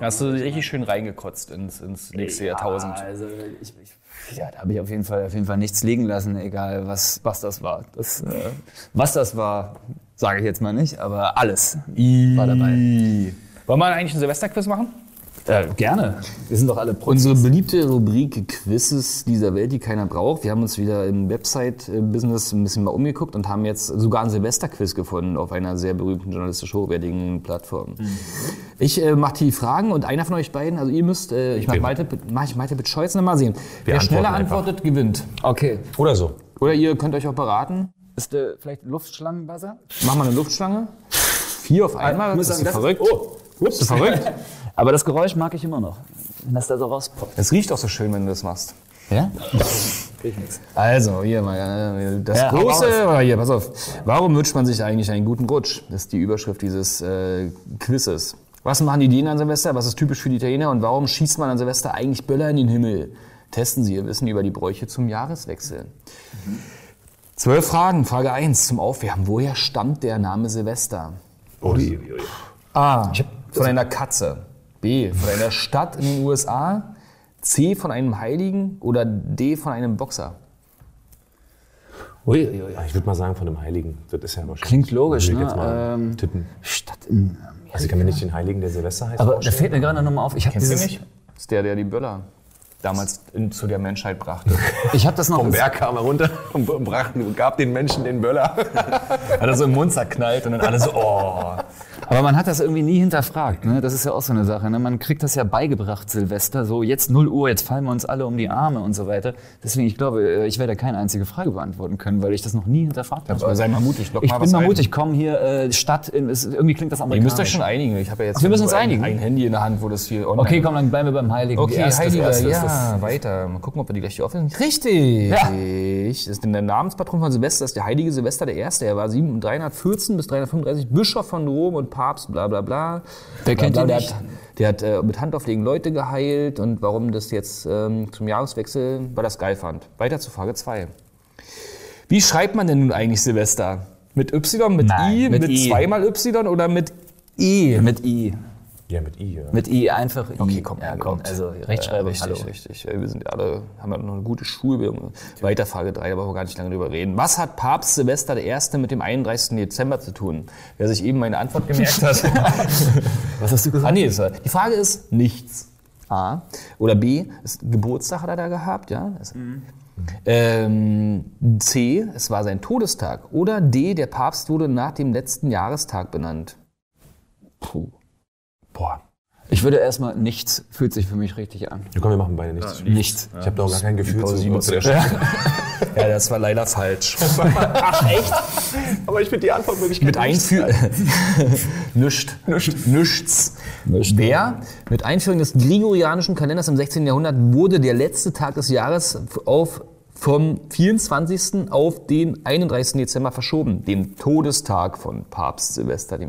Speaker 8: Hast du dich richtig schön reingekotzt ins, ins nächste Jahrtausend.
Speaker 4: Ah, Also ich, ich, ja, da habe ich auf jeden Fall auf jeden Fall nichts liegen lassen, egal was, was das war. Das, äh, was das war, sage ich jetzt mal nicht, aber alles war dabei.
Speaker 8: Wollen wir eigentlich ein Silvesterquiz machen?
Speaker 4: Äh, gerne. Wir sind doch alle Profis.
Speaker 5: Unsere beliebte Rubrik Quizzes dieser Welt, die keiner braucht. Wir haben uns wieder im Website-Business ein bisschen mal umgeguckt und haben jetzt sogar ein Silvester-Quiz gefunden auf einer sehr berühmten journalistisch hochwertigen Plattform.
Speaker 4: Mhm.
Speaker 5: Ich äh, mache die Fragen und einer von euch beiden, also ihr müsst, äh, ich mache
Speaker 3: Wir-
Speaker 5: Multiple, mach ich Multiple Choice, na, mal sehen. Wer schneller
Speaker 3: antworten einfach.
Speaker 5: antwortet, gewinnt.
Speaker 4: Okay.
Speaker 3: Oder so.
Speaker 5: Oder ihr könnt euch auch beraten.
Speaker 4: Ist äh, vielleicht Luftschlangenwasser?
Speaker 5: Mach mal eine Luftschlange. Vier auf einmal.
Speaker 4: Ah, Ich muss
Speaker 5: Bist
Speaker 4: sagen,
Speaker 5: du
Speaker 4: das-
Speaker 5: verrückt? Oh, ups. Bist du verrückt?
Speaker 4: Aber das Geräusch mag ich immer noch. Wenn das da so rauspoppt.
Speaker 5: Es riecht auch so schön, wenn du das machst.
Speaker 4: Ja?
Speaker 5: Also, hier mal, äh, das
Speaker 4: Ja, hau
Speaker 5: große, aber hier, pass auf. Warum wünscht man sich eigentlich einen guten Rutsch? Das ist die Überschrift dieses äh, Quizzes. Was machen die Dänen an Silvester? Was ist typisch für die Italiener? Und warum schießt man an Silvester eigentlich Böller in den Himmel? Testen Sie Ihr Wissen über die Bräuche zum Jahreswechsel.
Speaker 4: Mhm.
Speaker 5: Zwölf Fragen. Frage 1 zum Aufwärmen. Woher stammt der Name Silvester?
Speaker 3: Uiuiui.
Speaker 4: Ah,
Speaker 5: A. Von einer Katze. B. Von einer Stadt in den USA. C. Von einem Heiligen. Oder D. Von einem Boxer.
Speaker 4: Uiuiui.
Speaker 3: Ich würde mal sagen, von dem Heiligen. Das ist ja immer schön.
Speaker 4: Klingt logisch,
Speaker 3: Würde ich
Speaker 4: ne?
Speaker 3: jetzt mal
Speaker 4: Ähm,
Speaker 3: tippen.
Speaker 4: Stadt in. ähm,
Speaker 3: Also ich kann mir nicht den Heiligen, der Silvester heißt.
Speaker 4: Aber da fällt mir gerade nochmal auf, ich habe
Speaker 5: Kennst
Speaker 4: dieses.
Speaker 5: du nicht? Das ist der, der die Böller damals in, zu der Menschheit brachte.
Speaker 4: Ich habe das noch.
Speaker 3: kam er runter und brachte, gab den Menschen den Böller.
Speaker 5: Hat er so im Mund zerknallt und dann alle so, oh.
Speaker 4: Aber man hat das irgendwie nie hinterfragt. Ne? Das ist ja auch so eine Sache. Ne? Man kriegt das ja beigebracht, Silvester. So, jetzt 0 Uhr, jetzt fallen wir uns alle um die Arme und so weiter. Deswegen, ich glaube, äh, ich werde keine einzige Frage beantworten können, weil ich das noch nie hinterfragt habe.
Speaker 5: aber sei mal mutig, lock
Speaker 4: Ich
Speaker 5: mal
Speaker 4: bin
Speaker 5: was
Speaker 4: mal
Speaker 5: ein.
Speaker 4: mutig, komm hier, äh, Stadt, in, ist, irgendwie klingt das
Speaker 5: Ihr
Speaker 4: amerikanisch.
Speaker 5: müsst euch schon einigen. Ich habe ja jetzt
Speaker 4: wir müssen uns
Speaker 5: ein,
Speaker 4: einigen.
Speaker 5: ein Handy in der Hand, wo das hier online
Speaker 4: Okay, komm, dann bleiben wir beim Heiligen.
Speaker 5: Okay,
Speaker 4: Die erste-
Speaker 5: Heiliger,
Speaker 4: das erste ist
Speaker 5: ja, weiter. Mal gucken, ob wir die gleich hier aufnehmen. Richtig!
Speaker 4: Ja.
Speaker 5: Das ist denn der Namenspatron von Silvester, das ist der heilige Silvester der Erste. Er war 7 314 bis 335 Bischof von Rom und Papst, bla bla bla.
Speaker 4: Wer
Speaker 5: bla,
Speaker 4: kennt
Speaker 5: bla,
Speaker 4: ihn
Speaker 5: der
Speaker 4: nicht?
Speaker 5: Hat, der hat äh, mit Handauflegen Leute geheilt und warum das jetzt ähm, zum Jahreswechsel, weil das geil fand. Weiter zu Frage 2. Wie schreibt man denn nun eigentlich Silvester? Mit Y, mit
Speaker 4: Nein,
Speaker 5: I, mit,
Speaker 4: mit I.
Speaker 5: zweimal Y oder mit E?
Speaker 4: I. Mit I.
Speaker 3: Ja, mit I. Ja.
Speaker 4: Mit I einfach. I.
Speaker 5: Okay, komm,
Speaker 4: Mhm. ja, komm.
Speaker 5: kommt.
Speaker 4: Also,
Speaker 5: Ja,
Speaker 4: Rechtschreibung,
Speaker 5: richtig,
Speaker 4: hallo.
Speaker 5: richtig. Ja, Wir sind alle, haben ja noch eine gute Schulbildung. Weiter Frage 3, da brauchen wir gar nicht lange drüber reden. Was hat Papst Silvester I. mit dem 31. Dezember zu tun? Wer sich eben meine Antwort gemerkt hat.
Speaker 4: Was hast du gesagt?
Speaker 5: ah, nee, ist, die Frage ist nichts. A. Oder B. Ist Geburtstag hat er da gehabt, ja? Ist- Ähm, C. Es war sein Todestag. Oder D. Der Papst wurde nach dem letzten Jahrestag benannt.
Speaker 4: Puh.
Speaker 3: Boah.
Speaker 4: Ich würde erstmal nichts, fühlt sich für mich richtig an.
Speaker 3: Ja, komm, wir machen beide nichts.
Speaker 4: Nichts.
Speaker 3: Ich habe doch gar kein Gefühl zu, zu der
Speaker 5: Ja, das war leider falsch.
Speaker 3: Ach, echt? Aber ich finde die Antwortmöglichkeit
Speaker 5: Mit Einführung. Nüscht. Nüscht. Nüchts. Wer? Mit Einführung des gregorianischen Kalenders im 16. Jahrhundert wurde der letzte Tag des Jahres auf vom 24. auf den 31. Dezember verschoben, dem Todestag von Papst Silvester I.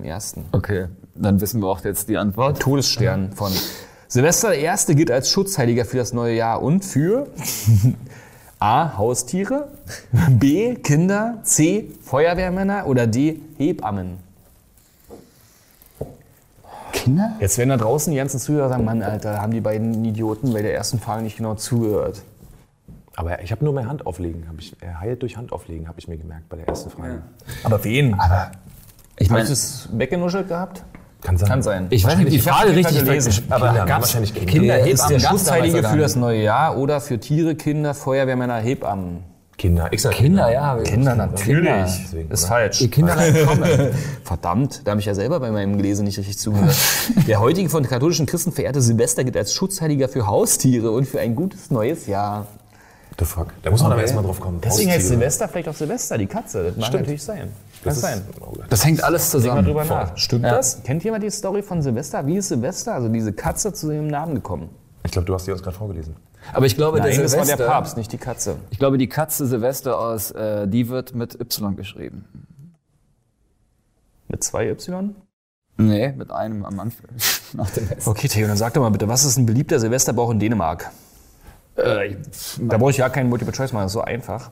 Speaker 4: Okay, dann wissen wir auch jetzt die Antwort.
Speaker 5: Todesstern von Silvester I. gilt als Schutzheiliger für das neue Jahr und für A. Haustiere, B. Kinder, C. Feuerwehrmänner oder D. Hebammen.
Speaker 4: Kinder?
Speaker 5: Jetzt werden da draußen die ganzen Zuhörer sagen, Mann, Alter, haben die beiden Idioten bei der ersten Frage nicht genau zugehört.
Speaker 3: Aber ich habe nur mehr Hand auflegen. Hab ich, er heilt durch Hand auflegen, habe ich mir gemerkt bei der ersten Frage.
Speaker 5: Aber wen?
Speaker 4: Ich
Speaker 5: Hast
Speaker 4: meine,
Speaker 5: du es weggenuschelt gehabt?
Speaker 3: Kann sein.
Speaker 5: Kann sein.
Speaker 4: ich weiß nicht, ob die Frage richtig
Speaker 5: gelesen.
Speaker 4: gelesen.
Speaker 3: Kinder,
Speaker 5: Aber
Speaker 3: ne?
Speaker 5: gab's
Speaker 3: Wahrscheinlich Kinder.
Speaker 5: Kinder,
Speaker 4: Nee,
Speaker 5: ist
Speaker 4: Hebammen
Speaker 5: der
Speaker 4: gab's damals
Speaker 5: Schutzheilige
Speaker 4: ja
Speaker 5: für
Speaker 4: gar
Speaker 5: das neue Jahr oder für Tiere, Kinder, Feuerwehrmänner, Hebammen?
Speaker 3: Kinder. Ich sag
Speaker 4: Kinder, ja.
Speaker 3: Deswegen,
Speaker 5: Ist halt-
Speaker 3: oder?
Speaker 5: falsch.
Speaker 4: Die Kinder bleiben kommen.
Speaker 5: Verdammt, da habe ich ja selber bei meinem Gelesen nicht richtig zugehört. Der heutige von katholischen Christen verehrte Silvester gilt als Schutzheiliger für Haustiere und für ein gutes neues Jahr.
Speaker 3: The fuck. Da muss man aber erstmal drauf kommen.
Speaker 5: Deswegen heißt
Speaker 3: Haustiere.
Speaker 5: Silvester vielleicht auch Silvester, die Katze. Das mag
Speaker 3: Stimmt.
Speaker 5: natürlich sein. Kann
Speaker 3: Das
Speaker 5: sein.
Speaker 3: sein. Oh Gott.
Speaker 4: Das hängt alles
Speaker 5: Denk mal
Speaker 4: zusammen.
Speaker 5: drüber nach. Stimmt
Speaker 4: Ja.
Speaker 5: das? Kennt jemand die Story von Silvester? Wie ist Silvester, also diese Katze, zu ihrem Namen gekommen?
Speaker 3: Ich glaube, du hast die uns gerade vorgelesen.
Speaker 4: Aber ich glaube, der
Speaker 5: das war
Speaker 4: Silvester,
Speaker 5: der Papst, nicht die Katze.
Speaker 4: ich glaube, die Katze Silvester aus, äh, die wird mit Y geschrieben.
Speaker 5: Mit zwei Y?
Speaker 4: Nee, mit einem am Anfang. Nach dem S.
Speaker 5: Okay, Theo, dann sag doch mal bitte, was ist ein beliebter Silvesterbrauch in Dänemark?
Speaker 4: Äh,
Speaker 5: Da brauche ich ja keinen Multiple Choice machen, das ist so einfach.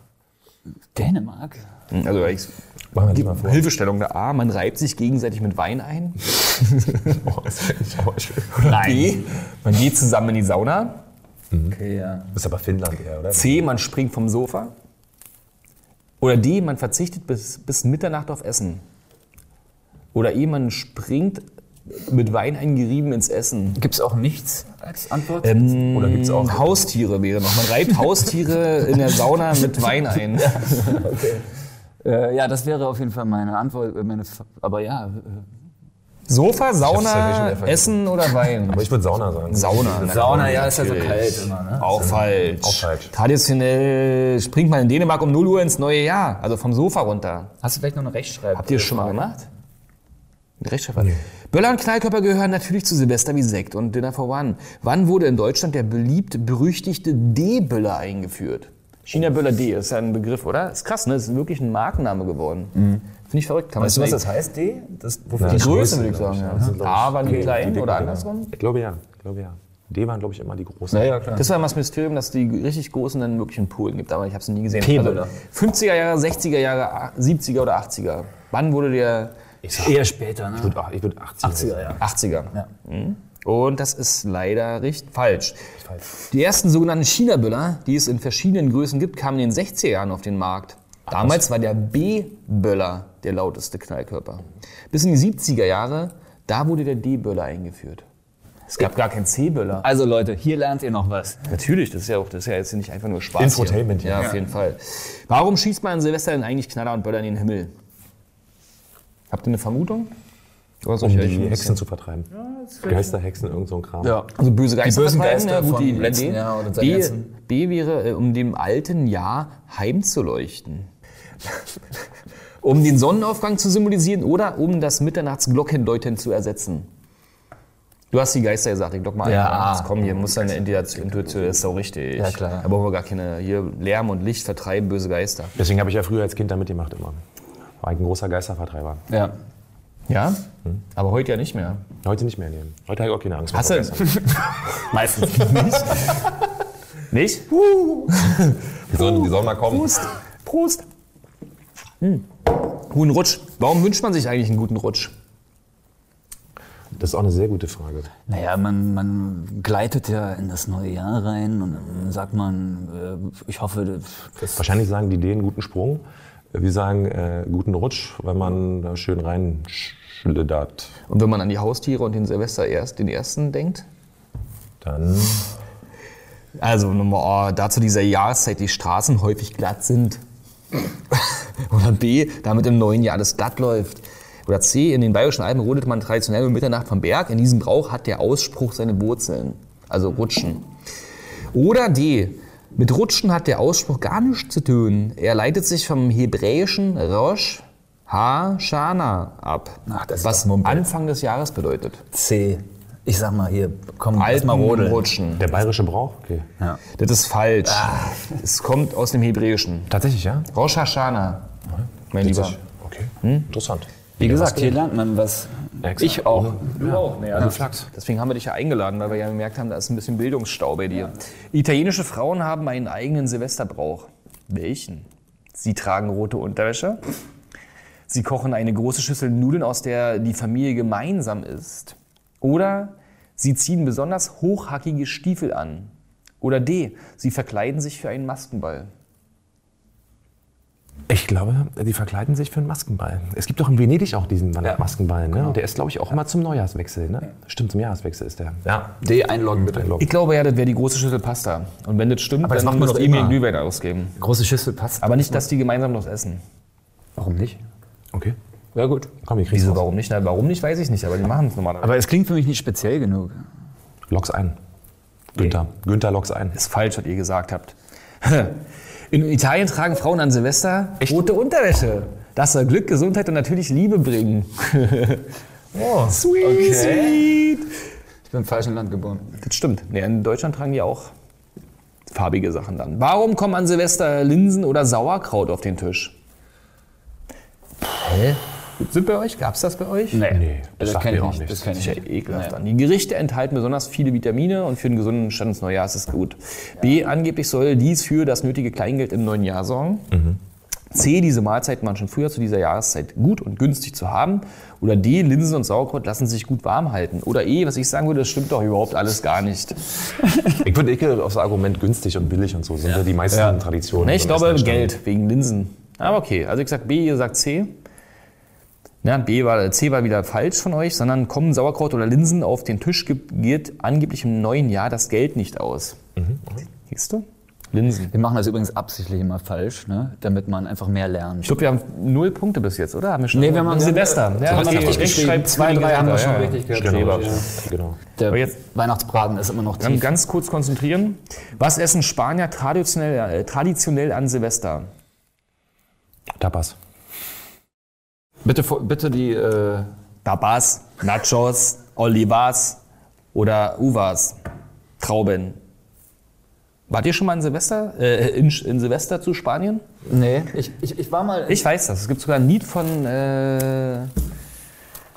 Speaker 4: Dänemark?
Speaker 5: Also ich,
Speaker 3: Machen wir das mal vor.
Speaker 5: Hilfestellung der A, man reibt sich gegenseitig mit Wein ein.
Speaker 3: Oh, das ist aber schön.
Speaker 5: B, man geht zusammen in die Sauna.
Speaker 4: Okay, ja.
Speaker 3: Das ist aber Finnland eher, oder?
Speaker 5: C, man springt vom Sofa. Oder D, man verzichtet bis, bis Mitternacht auf Essen. Oder E, man springt mit Wein eingerieben ins Essen.
Speaker 4: Gibt es auch nichts als
Speaker 5: Äh,
Speaker 4: Antwort?
Speaker 5: Oder gibt es auch Haustiere wäre noch. Man reibt Haustiere in der Sauna mit Wein ein.
Speaker 4: Äh, ja, das wäre auf jeden Fall meine Antwort. äh, Meine, F- aber ja, äh,
Speaker 5: Sofa,
Speaker 3: hab ich
Speaker 5: Sauna,
Speaker 3: schon wieder
Speaker 5: Essen oder Wein?
Speaker 3: Aber ich würde Sauna sagen.
Speaker 5: Sauna.
Speaker 4: Sauna, ja, ist ja so kalt immer. Ne?
Speaker 5: Auch falsch.
Speaker 3: Auch falsch.
Speaker 5: Traditionell springt man in Dänemark um 0 Uhr ins neue Jahr, also vom Sofa runter.
Speaker 4: Hast du vielleicht noch eine Rechtschreibung?
Speaker 5: Habt ihr das schon mal gemacht? Mit Rechtschreibern? Böller und Knallkörper gehören natürlich zu Silvester wie Sekt und Dinner for One. Wann wurde in Deutschland der beliebt berüchtigte D-Böller eingeführt? China Böller D ist ja ein Begriff, oder? Ist krass, ne? Ist wirklich ein Markenname geworden. Finde ich verrückt. Kann man nicht-
Speaker 4: heißt, D? Das,
Speaker 3: Ja,
Speaker 5: Die
Speaker 3: das
Speaker 5: Größe,
Speaker 3: Größe,
Speaker 5: würde ich
Speaker 3: glaub
Speaker 5: sagen.
Speaker 3: ich, ja.
Speaker 5: Ja. A waren die genau. kleinen oder andersrum?
Speaker 3: Ich glaube ja. Ich glaube ja. Die waren, glaube ich, immer die großen.
Speaker 4: naja, klar.
Speaker 5: Das war immer das Mysterium, dass die richtig Großen dann wirklich in Polen gibt, aber ich habe es nie gesehen.
Speaker 4: P-Böller.
Speaker 5: 50er Jahre, 60er Jahre, a- 70er oder 80er. Wann wurde der
Speaker 4: Eher später, ne?
Speaker 3: Ich würde würd 80.
Speaker 4: 80er, ja.
Speaker 5: 80er?
Speaker 4: Ja.
Speaker 5: Mhm. Und das ist leider richtig falsch. Die ersten sogenannten China-Böller, die es in verschiedenen Größen gibt, kamen in den 60er Jahren auf den Markt. Damals war der B-Böller der lauteste Knallkörper. Bis in die 70er Jahre, da wurde der D-Böller eingeführt. Es gab gar keinen C-Böller.
Speaker 4: Also Leute, hier lernt ihr noch was.
Speaker 5: Natürlich, das ist ja auch, das ist ja jetzt nicht einfach nur Spaß.
Speaker 3: Infotainment,
Speaker 5: hier. Ja, auf jeden Fall. Warum schießt man an Silvester denn eigentlich Knaller und Böller in den Himmel? Habt ihr eine Vermutung? Oder soll
Speaker 3: Um
Speaker 5: ich
Speaker 3: die
Speaker 5: euch ein
Speaker 3: Hexen zu vertreiben. Geister, Hexen, irgend so ein Kram.
Speaker 5: bisschen- Also böse Geister.
Speaker 4: bösen
Speaker 5: vertreiben,
Speaker 4: Geister
Speaker 5: ja,
Speaker 4: vom
Speaker 5: gute Idee.
Speaker 4: letzten Jahr oder seit
Speaker 5: B,
Speaker 4: letzten.
Speaker 5: B wäre, äh, um dem alten Jahr heimzuleuchten. um den Sonnenaufgang zu symbolisieren oder um das Mitternachtsglockenläuten zu ersetzen. Du hast die Geister gesagt, ich glock mal
Speaker 4: Ja,
Speaker 5: ein.
Speaker 4: ah.
Speaker 5: Jetzt Komm, hier muss deine Intuition, Intuition das ist doch richtig.
Speaker 4: Ja, klar.
Speaker 5: Da brauchen wir gar keine, hier Lärm und Licht vertreiben böse Geister.
Speaker 3: Deswegen habe ich ja früher als Kind da mitgemacht immer. War ein großer Geistervertreiber.
Speaker 4: Ja.
Speaker 5: Ja? Aber heute ja nicht mehr.
Speaker 3: Heute nicht mehr nehmen. Heute habe ich auch keine Angst
Speaker 5: Hast du? Meistens nicht. nicht?
Speaker 3: Die sollen, die sollen mal kommen.
Speaker 5: Prost. Prost. Hm. Guten Rutsch. Warum wünscht man sich eigentlich einen guten Rutsch?
Speaker 3: Das ist auch eine sehr gute Frage.
Speaker 4: Naja, man, man gleitet ja in das neue Jahr rein und dann sagt man, äh, ich hoffe,
Speaker 3: Wahrscheinlich sagen die Dänen guten Sprung. Wir sagen äh, guten Rutsch, wenn man da schön reinschlittert.
Speaker 5: Und wenn man an die Haustiere und den Silvester erst, den ersten denkt?
Speaker 3: Dann
Speaker 5: Also Nummer A, da zu dieser Jahreszeit die Straßen häufig glatt sind. Oder B, damit im neuen Jahr alles glatt läuft. Oder C, in den Bayerischen Alpen rodet man traditionell um Mitternacht vom Berg. In diesem Brauch hat der Ausspruch seine Wurzeln, also Rutschen. Oder D, mit Rutschen hat der Ausspruch gar nichts zu tun. Er leitet sich vom hebräischen Rosh Ha Shana ab,
Speaker 4: Ach, das ist
Speaker 5: was
Speaker 4: doch Mumpel.
Speaker 5: Anfang des Jahres bedeutet.
Speaker 4: C. Ich sag mal hier, komm, lass mal rodeln. Ah.
Speaker 5: Rutschen.
Speaker 3: der bayerische Brauch. Okay.
Speaker 5: Das ist falsch. Es kommt aus dem Hebräischen.
Speaker 3: Tatsächlich, ja?
Speaker 5: Rosh Hashanah, mein Lieber.
Speaker 3: Okay. Hm? Interessant.
Speaker 4: Wie gesagt, hier lernt man was.
Speaker 3: Ich auch.
Speaker 5: Du auch, ne?
Speaker 3: Also Flachs.
Speaker 5: Deswegen haben wir dich ja eingeladen, weil wir ja gemerkt haben, da ist ein bisschen Bildungsstau bei dir. Italienische Frauen haben einen eigenen Silvesterbrauch. Welchen? Sie tragen rote Unterwäsche. Sie kochen eine große Schüssel Nudeln, aus der die Familie gemeinsam isst. Oder sie ziehen besonders hochhackige Stiefel an. Oder D. Sie verkleiden sich für einen Maskenball.
Speaker 3: Ich glaube, die verkleiden sich für einen Maskenball. Es gibt doch in Venedig auch diesen Maskenball,
Speaker 4: genau.
Speaker 3: ne? Und der ist, glaube ich, auch immer zum Neujahrswechsel, ne? Stimmt, zum Jahreswechsel ist der. Ja.
Speaker 4: D einloggen bitte.
Speaker 5: Ich glaube ja, das wäre die große Schüssel Pasta. Und wenn das stimmt,
Speaker 4: das
Speaker 5: dann
Speaker 4: macht man
Speaker 5: müsst
Speaker 4: doch eh
Speaker 5: ihr mir
Speaker 4: immer.
Speaker 5: einen Glühwein ausgeben.
Speaker 4: Große Schüssel passt.
Speaker 5: Aber nicht, dass die gemeinsam das essen.
Speaker 4: warum nicht?
Speaker 3: Okay.
Speaker 5: Ja gut.
Speaker 3: Komm, ich krieg's
Speaker 5: Wieso,
Speaker 3: raus.
Speaker 5: warum nicht? Na, warum nicht, weiß ich nicht, aber die machen es normalerweise.
Speaker 4: Aber es klingt für mich nicht speziell genug.
Speaker 3: Lock's ein. Günther. Günther, lock's ein.
Speaker 5: ist falsch, was ihr gesagt habt. In Italien tragen Frauen an Silvester rote Unterwäsche. Das soll Glück, Gesundheit und natürlich Liebe bringen. oh, sweet, sweet.
Speaker 4: Ich bin im falschen Land geboren.
Speaker 5: Das stimmt. Nee, in Deutschland tragen die auch farbige Sachen dann. Warum kommen an Silvester Linsen oder Sauerkraut auf den Tisch? Hä? Sind bei euch? Gab's das bei euch?
Speaker 3: Nee,
Speaker 4: das,
Speaker 3: sagt
Speaker 4: kenn
Speaker 3: mir
Speaker 4: ich
Speaker 3: auch
Speaker 4: nicht.
Speaker 3: nichts.
Speaker 4: Das kenn ich
Speaker 5: Das ist
Speaker 4: nicht.
Speaker 5: ja ekelhaft an. Die Gerichte enthalten besonders viele Vitamine und für einen gesunden Stand ins neue Jahr ist es gut. B. Angeblich soll dies für das nötige Kleingeld im neuen Jahr sorgen.
Speaker 4: Mhm.
Speaker 5: C. Diese Mahlzeiten waren schon früher zu dieser Jahreszeit gut und günstig zu haben. Oder D. Linsen und Sauerkraut lassen sich gut warm halten. Oder E. Was ich sagen würde, das stimmt doch überhaupt alles gar nicht.
Speaker 3: Ich würde ekel auf das Argument günstig und billig und so sind ja, die meisten Traditionen.
Speaker 5: Ne, ich
Speaker 3: so ein
Speaker 5: glaube
Speaker 3: bisschen entstanden.
Speaker 5: Geld wegen Linsen. Aber okay, also ich sag B, ihr sagt C. Ja, B war, C war wieder falsch von euch, sondern kommen Sauerkraut oder Linsen auf den Tisch, ge- geht angeblich im neuen Jahr das Geld nicht aus.
Speaker 4: Mhm.
Speaker 5: Siehst du? Linsen.
Speaker 4: Wir machen das übrigens absichtlich immer falsch, ne? damit man einfach mehr lernt.
Speaker 5: Ich glaube, wir haben null Punkte bis jetzt, oder? Haben wir schon
Speaker 4: Nee, wir haben-
Speaker 5: Silvester.
Speaker 4: wir haben- Silvester ne? richtig geschrieben. Zwei, drei haben wir schon
Speaker 5: richtig geschrieben.
Speaker 3: Streber. Genau.
Speaker 4: Der
Speaker 5: Aber jetzt-
Speaker 4: Weihnachtsbraten ist immer noch
Speaker 5: Dann
Speaker 4: tief.
Speaker 5: ganz kurz konzentrieren. Was essen Spanier traditionell, äh, traditionell an Silvester?
Speaker 3: Tapas.
Speaker 4: Bitte, vor- bitte die. Äh,
Speaker 5: Tapas, Nachos, Olivas oder Uvas, Trauben. Wart ihr schon mal in Silvester, äh, in, in Silvester zu Spanien?
Speaker 4: nee, ich, ich, ich war mal.
Speaker 5: Ich weiß das. Es gibt sogar ein Lied von, äh,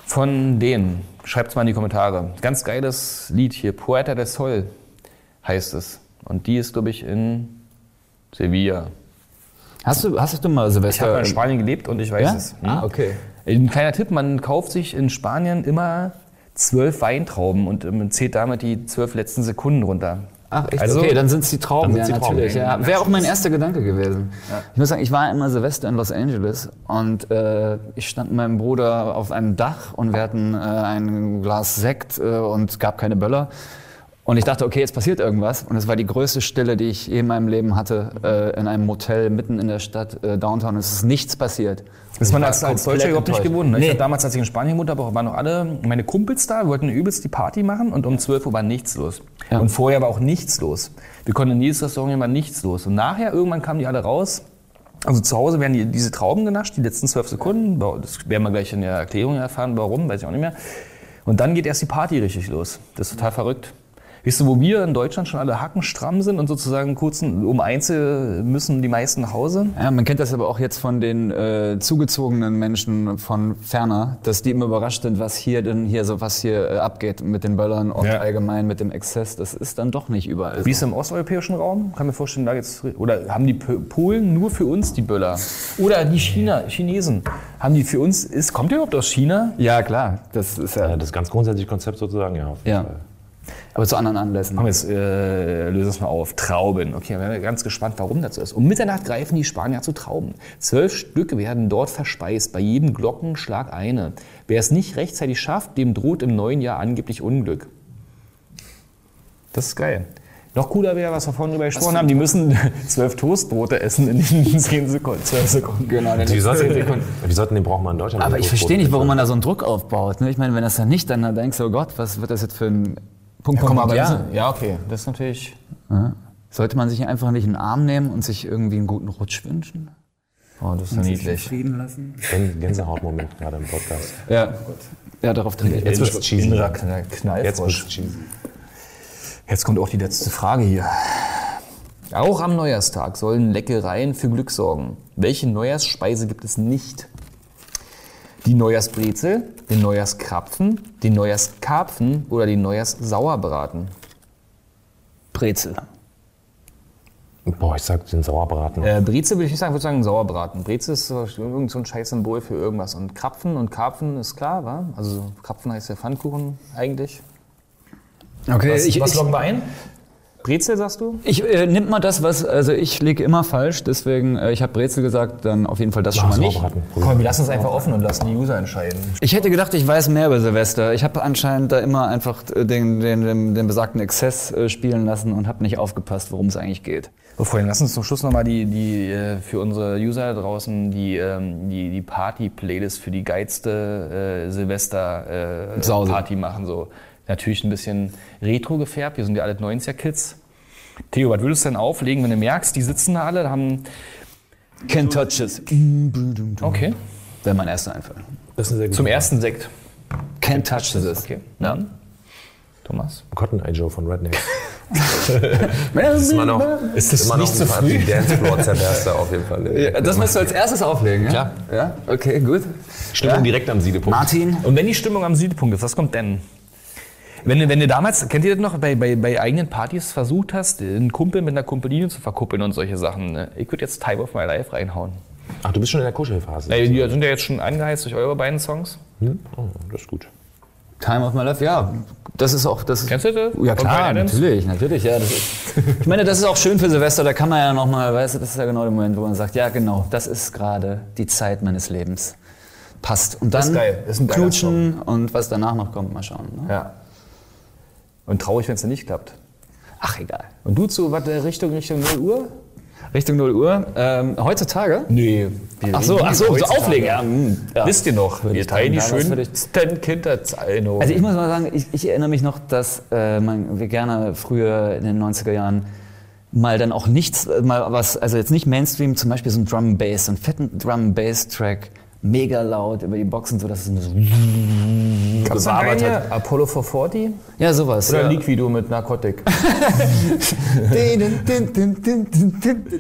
Speaker 5: von denen. Schreibt's mal in die Kommentare. Ganz geiles Lied hier. Puerta del Sol heißt es. Und die ist, glaube ich, in Sevilla. Äh,
Speaker 4: hast, du, hast du mal
Speaker 5: Ich habe
Speaker 4: Silvester?
Speaker 5: in Spanien gelebt und ich weiß
Speaker 4: ja?
Speaker 5: es. Hm?
Speaker 4: Ah, okay.
Speaker 5: Ein kleiner Tipp, man kauft sich in Spanien immer zwölf Weintrauben und ähm, zählt damit die zwölf letzten Sekunden runter.
Speaker 4: Ach, echt?
Speaker 5: Also-
Speaker 4: okay, dann sind es die
Speaker 3: Dann
Speaker 4: Trauben.
Speaker 3: sind's
Speaker 4: ja,
Speaker 3: die Trauben.
Speaker 4: natürlich. Ja. Wäre auch mein erster Gedanke gewesen. Ich muss sagen, ich war immer Silvester in Los Angeles und äh, ich stand mit meinem Bruder auf einem Dach und wir hatten äh, ein Glas Sekt äh, und gab keine Böller. Und ich dachte, okay, jetzt passiert irgendwas. Und es war die größte Stille, die ich je in meinem Leben hatte, äh, in einem Motel mitten in der Stadt, äh, Downtown. Es ist nichts passiert.
Speaker 5: Das ist man
Speaker 4: war
Speaker 5: als, als
Speaker 4: komplett
Speaker 5: Deutscher überhaupt nicht
Speaker 4: enttäuscht.
Speaker 5: gewohnt. Ne? Ich
Speaker 4: Nee.
Speaker 5: hab damals, als ich in Spanien gewohnt habe, waren noch alle meine Kumpels da, wollten übelst die Party machen und um 12 Uhr war nichts los.
Speaker 4: Ja.
Speaker 5: Und vorher war auch nichts los. Wir konnten in jedes Restaurant immer nichts los. Und nachher irgendwann kamen die alle raus. Also zu Hause werden die, diese Trauben genascht, die letzten zwölf Sekunden. Das werden wir gleich in der Erklärung erfahren, warum, weiß ich auch nicht mehr. Und dann geht erst die Party richtig los. Das ist total verrückt. Weißt du, wo wir in Deutschland schon alle hackenstramm sind und sozusagen kurz um eins äh, müssen die meisten nach Hause,
Speaker 4: Ja, man kennt das aber auch jetzt von den äh, zugezogenen Menschen von ferner, dass die immer überrascht sind, was hier denn hier so was hier äh, abgeht mit den Böllern und
Speaker 5: Ja.
Speaker 4: allgemein mit dem Exzess. Das ist dann doch nicht überall.
Speaker 5: Wie
Speaker 4: So.
Speaker 5: ist es im osteuropäischen Raum? Kann mir vorstellen, da geht's. Oder haben die P- Polen nur für uns die Böller? Oder die China, Chinesen? Haben die für uns. Ist, kommt ihr überhaupt aus China?
Speaker 4: Ja klar, das ist ja.
Speaker 3: Das ganz grundsätzliche Konzept sozusagen, ja. auf jeden
Speaker 4: Ja.
Speaker 3: Fall.
Speaker 4: Aber zu anderen Anlässen.
Speaker 5: Komm, jetzt äh, löse es mal auf. Trauben. Okay, wir sind ganz gespannt, warum das so ist. Um Mitternacht greifen die Spanier zu Trauben. Zwölf Stück werden dort verspeist, bei jedem Glockenschlag eine. Wer es nicht rechtzeitig schafft, dem droht im neuen Jahr angeblich Unglück. Das ist geil. Noch cooler wäre, was wir vorhin drüber gesprochen haben, die müssen zwölf Toastbrote essen in den zehn Sekunden, zwölf Sekunden.
Speaker 4: Genau, der
Speaker 3: Wie sollten, wie sollten den brauchen wir in Deutschland?
Speaker 4: Aber ich verstehe nicht, warum man da so einen Druck aufbaut. Ne? Ich meine, wenn das dann nicht, dann dann denkst du, oh Gott, was wird das jetzt für ein Punkt? Punkt, Punkt, ja.
Speaker 5: ja, okay. Das ist natürlich.
Speaker 4: Sollte man sich einfach nicht in den Arm nehmen und sich irgendwie einen guten Rutsch wünschen?
Speaker 5: Oh, das ist niedlich.
Speaker 3: Gän- Gänsehautmoment gerade im Podcast.
Speaker 4: Ja. Ja, darauf trinke ich.
Speaker 3: Jetzt wird's cheesy. Jetzt
Speaker 5: Knallfrosch.
Speaker 3: wird's cheesy.
Speaker 5: Jetzt kommt auch die letzte Frage hier. Auch am Neujahrstag sollen Leckereien für Glück sorgen. Welche Neujahrsspeise gibt es nicht? Die Neujahrsbrezel, den Neujahrskrapfen, den Neujahrskarpfen oder den Neujahrssauerbraten?
Speaker 4: Brezel.
Speaker 3: Boah, ich sag den Sauerbraten.
Speaker 5: Äh, Brezel würde ich nicht sagen, ich würde sagen Sauerbraten. Brezel ist so- irgend so ein scheiß Symbol für irgendwas. Und Krapfen und Karpfen ist klar, wa? Also Krapfen heißt ja Pfannkuchen eigentlich.
Speaker 4: Okay, ich, ich,
Speaker 5: wir ein? Brezel sagst du?
Speaker 4: Ich äh, nimmt mal das, was also ich liege immer falsch, deswegen äh, ich habe Brezel gesagt, dann auf jeden Fall das schon mal nicht.
Speaker 3: Sauerbraten.
Speaker 5: Komm, wir lassen es einfach offen und lassen die User entscheiden.
Speaker 4: Ich hätte gedacht, ich weiß mehr über Silvester. Ich habe anscheinend da immer einfach äh, den, den, den, den besagten Exzess äh, spielen lassen und habe nicht aufgepasst, worum es eigentlich geht.
Speaker 5: So, Oh, Freunde, lass uns zum Schluss nochmal die, die, äh, für unsere User da draußen die, ähm, die, die Party-Playlist für die geilste äh,
Speaker 4: Sause.
Speaker 5: Silvester-Party machen. So. Natürlich ein bisschen retro gefärbt, wir sind ja alle 90er-Kids. Theo, was würdest du denn auflegen, wenn du merkst, die sitzen da alle, haben...
Speaker 4: Ken Touches.
Speaker 5: Okay.
Speaker 4: Wäre mein erster Einfall.
Speaker 3: Das ist ein sehr
Speaker 5: Zum ersten Sekt.
Speaker 4: Ken Touches ist.
Speaker 5: Okay. Ja. Thomas?
Speaker 3: Cotton Eye Joe von Redneck.
Speaker 4: Das,
Speaker 3: Immer noch, ist das immer noch nicht ein paar die Dancefloor zerberst da auf jeden Fall.
Speaker 4: das musst du als erstes auflegen, ja?
Speaker 3: Klar.
Speaker 4: Ja, okay, gut.
Speaker 3: Stimmung direkt am Siedepunkt.
Speaker 4: Martin.
Speaker 5: Und wenn die Stimmung am Südpunkt ist, was kommt denn? Wenn, du- wenn du damals, kennt ihr das noch, bei, bei, bei eigenen Partys versucht hast, einen Kumpel mit einer Kumpeline zu verkuppeln und solche Sachen. Ne? Ich würde jetzt Time of My Life reinhauen.
Speaker 3: Ach, du bist schon in der Kuschelphase.
Speaker 5: Ey, die sind ja jetzt schon angeheizt durch eure beiden Songs.
Speaker 3: Hm? Oh, das ist gut.
Speaker 4: Time of my life, ja. Das ist auch das. Ist
Speaker 5: Kennst du das?
Speaker 4: Ja
Speaker 5: Von Brian
Speaker 4: klar,
Speaker 5: Adams?
Speaker 4: natürlich, natürlich, ja. Das ist, ich meine, das ist auch schön für Silvester, da kann man ja nochmal, weißt du, das ist ja genau der Moment, wo man sagt, ja genau, das ist gerade die Zeit meines Lebens. passt. Und dann
Speaker 5: ist geil. Ist ein geiler
Speaker 4: knutschen und was danach noch kommt, mal schauen. Ne?
Speaker 5: Ja. Und traurig, wenn es dann nicht klappt.
Speaker 4: Ach, egal.
Speaker 5: Und du zu was äh, Richtung Richtung 0 Uhr?
Speaker 4: Richtung 0 Uhr. Ähm, heutzutage?
Speaker 5: Nee.
Speaker 4: Ach so, ach so, so auflegen. Ja. hm, ja.
Speaker 5: Mhm. Wisst ihr noch, wir teilen die
Speaker 4: damals
Speaker 5: schönsten Kindheitserinnerungen.
Speaker 4: Also ich muss mal sagen, ich, ich erinnere mich noch, dass äh, man, wir gerne früher in den 90er Jahren mal dann auch nichts, äh, mal was, also jetzt nicht Mainstream, zum Beispiel so ein Drum and Bass, so einen fetten Drum and Bass Track, mega laut über die Boxen, so dass es so
Speaker 5: Gab's noch keine Apollo 440
Speaker 4: ja sowas.
Speaker 5: oder
Speaker 4: ja.
Speaker 5: Liquido mit Narkotik?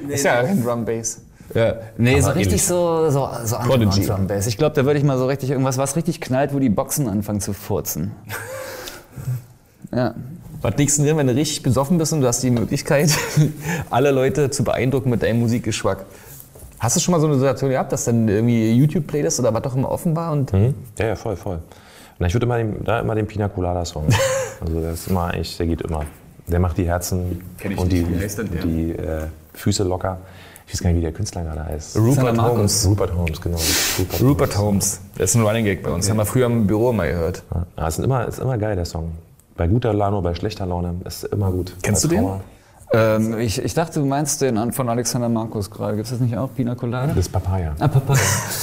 Speaker 5: Ist ja kein Drum Bass.
Speaker 4: Ja. Nee, so richtig
Speaker 5: ähnlich.
Speaker 4: so, so, so
Speaker 5: Prodigy.
Speaker 4: Drum Bass. Ich glaube, da würde ich mal so richtig irgendwas, was richtig knallt, wo die Boxen anfangen zu furzen. ja.
Speaker 5: Was liegst denn drin, wenn du richtig besoffen bist und du hast die Möglichkeit, alle Leute zu beeindrucken mit deinem Musikgeschmack? Hast du schon mal so eine Situation gehabt, dass dann irgendwie YouTube-Playlist oder was auch immer offen war
Speaker 4: Hm.
Speaker 5: und
Speaker 3: Mhm. Ja, ja, voll, voll. Na, ich würde immer den, da immer den Pina Colada Song. Also der ist immer echt, der geht immer. Der macht die Herzen und die, die äh, Füße locker. Ich weiß gar nicht, wie der Künstler gerade heißt.
Speaker 5: Rupert
Speaker 4: Markus.
Speaker 5: Holmes.
Speaker 3: Rupert Holmes, genau. Rupert,
Speaker 5: Rupert Holmes. Das ist ein Running Gag bei uns. Haben wir früher im Büro mal gehört.
Speaker 3: Ja, ah, ist immer, ist immer geil, der Song. Bei guter Laune, bei schlechter Laune, ist immer gut.
Speaker 5: Kennst
Speaker 3: bei
Speaker 5: du den?
Speaker 3: Trauer.
Speaker 4: Ähm, ich, ich dachte, du meinst den an- von Alexander Markus gerade. Gibt es das nicht auch? Pina Colada?
Speaker 3: Das ist Papaya.
Speaker 4: Ah, Papa.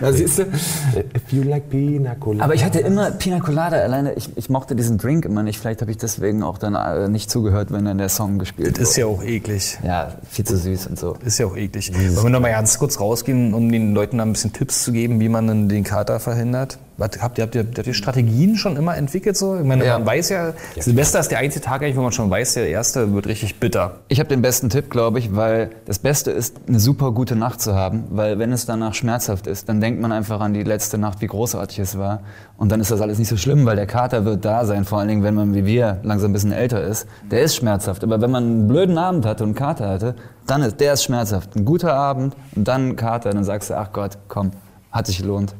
Speaker 4: da siehst du.
Speaker 3: If you like Pina Colada.
Speaker 4: Aber ich hatte immer Pina Colada alleine. Ich, ich mochte diesen Drink immer nicht. Vielleicht habe ich deswegen auch dann äh, nicht zugehört, wenn dann der Song gespielt wurde.
Speaker 5: ja auch eklig.
Speaker 4: Ja, viel zu süß und so.
Speaker 5: Ist ja auch eklig. Wollen wir nochmal ganz kurz rausgehen, um den Leuten da ein bisschen Tipps zu geben, wie man denn den Kater verhindert? Was, habt, ihr, habt, ihr, habt ihr Strategien schon immer entwickelt? So? Ich meine,
Speaker 4: Ja.
Speaker 5: man weiß ja, Silvester ist der einzige Tag eigentlich, wo man schon weiß, der erste wird richtig bitter.
Speaker 4: Ich habe den besten Tipp, glaube ich, weil das Beste ist, eine super gute Nacht zu haben, weil wenn es danach schmerzhaft ist, dann denkt man einfach an die letzte Nacht, wie großartig es war. Und dann ist das alles nicht so schlimm, weil der Kater wird da sein, vor allen Dingen, wenn man wie wir langsam ein bisschen älter ist. Der ist schmerzhaft, aber wenn man einen blöden Abend hatte und einen Kater hatte, dann ist der ist schmerzhaft. Ein guter Abend und dann ein Kater, dann sagst du, ach Gott, komm, hat sich gelohnt.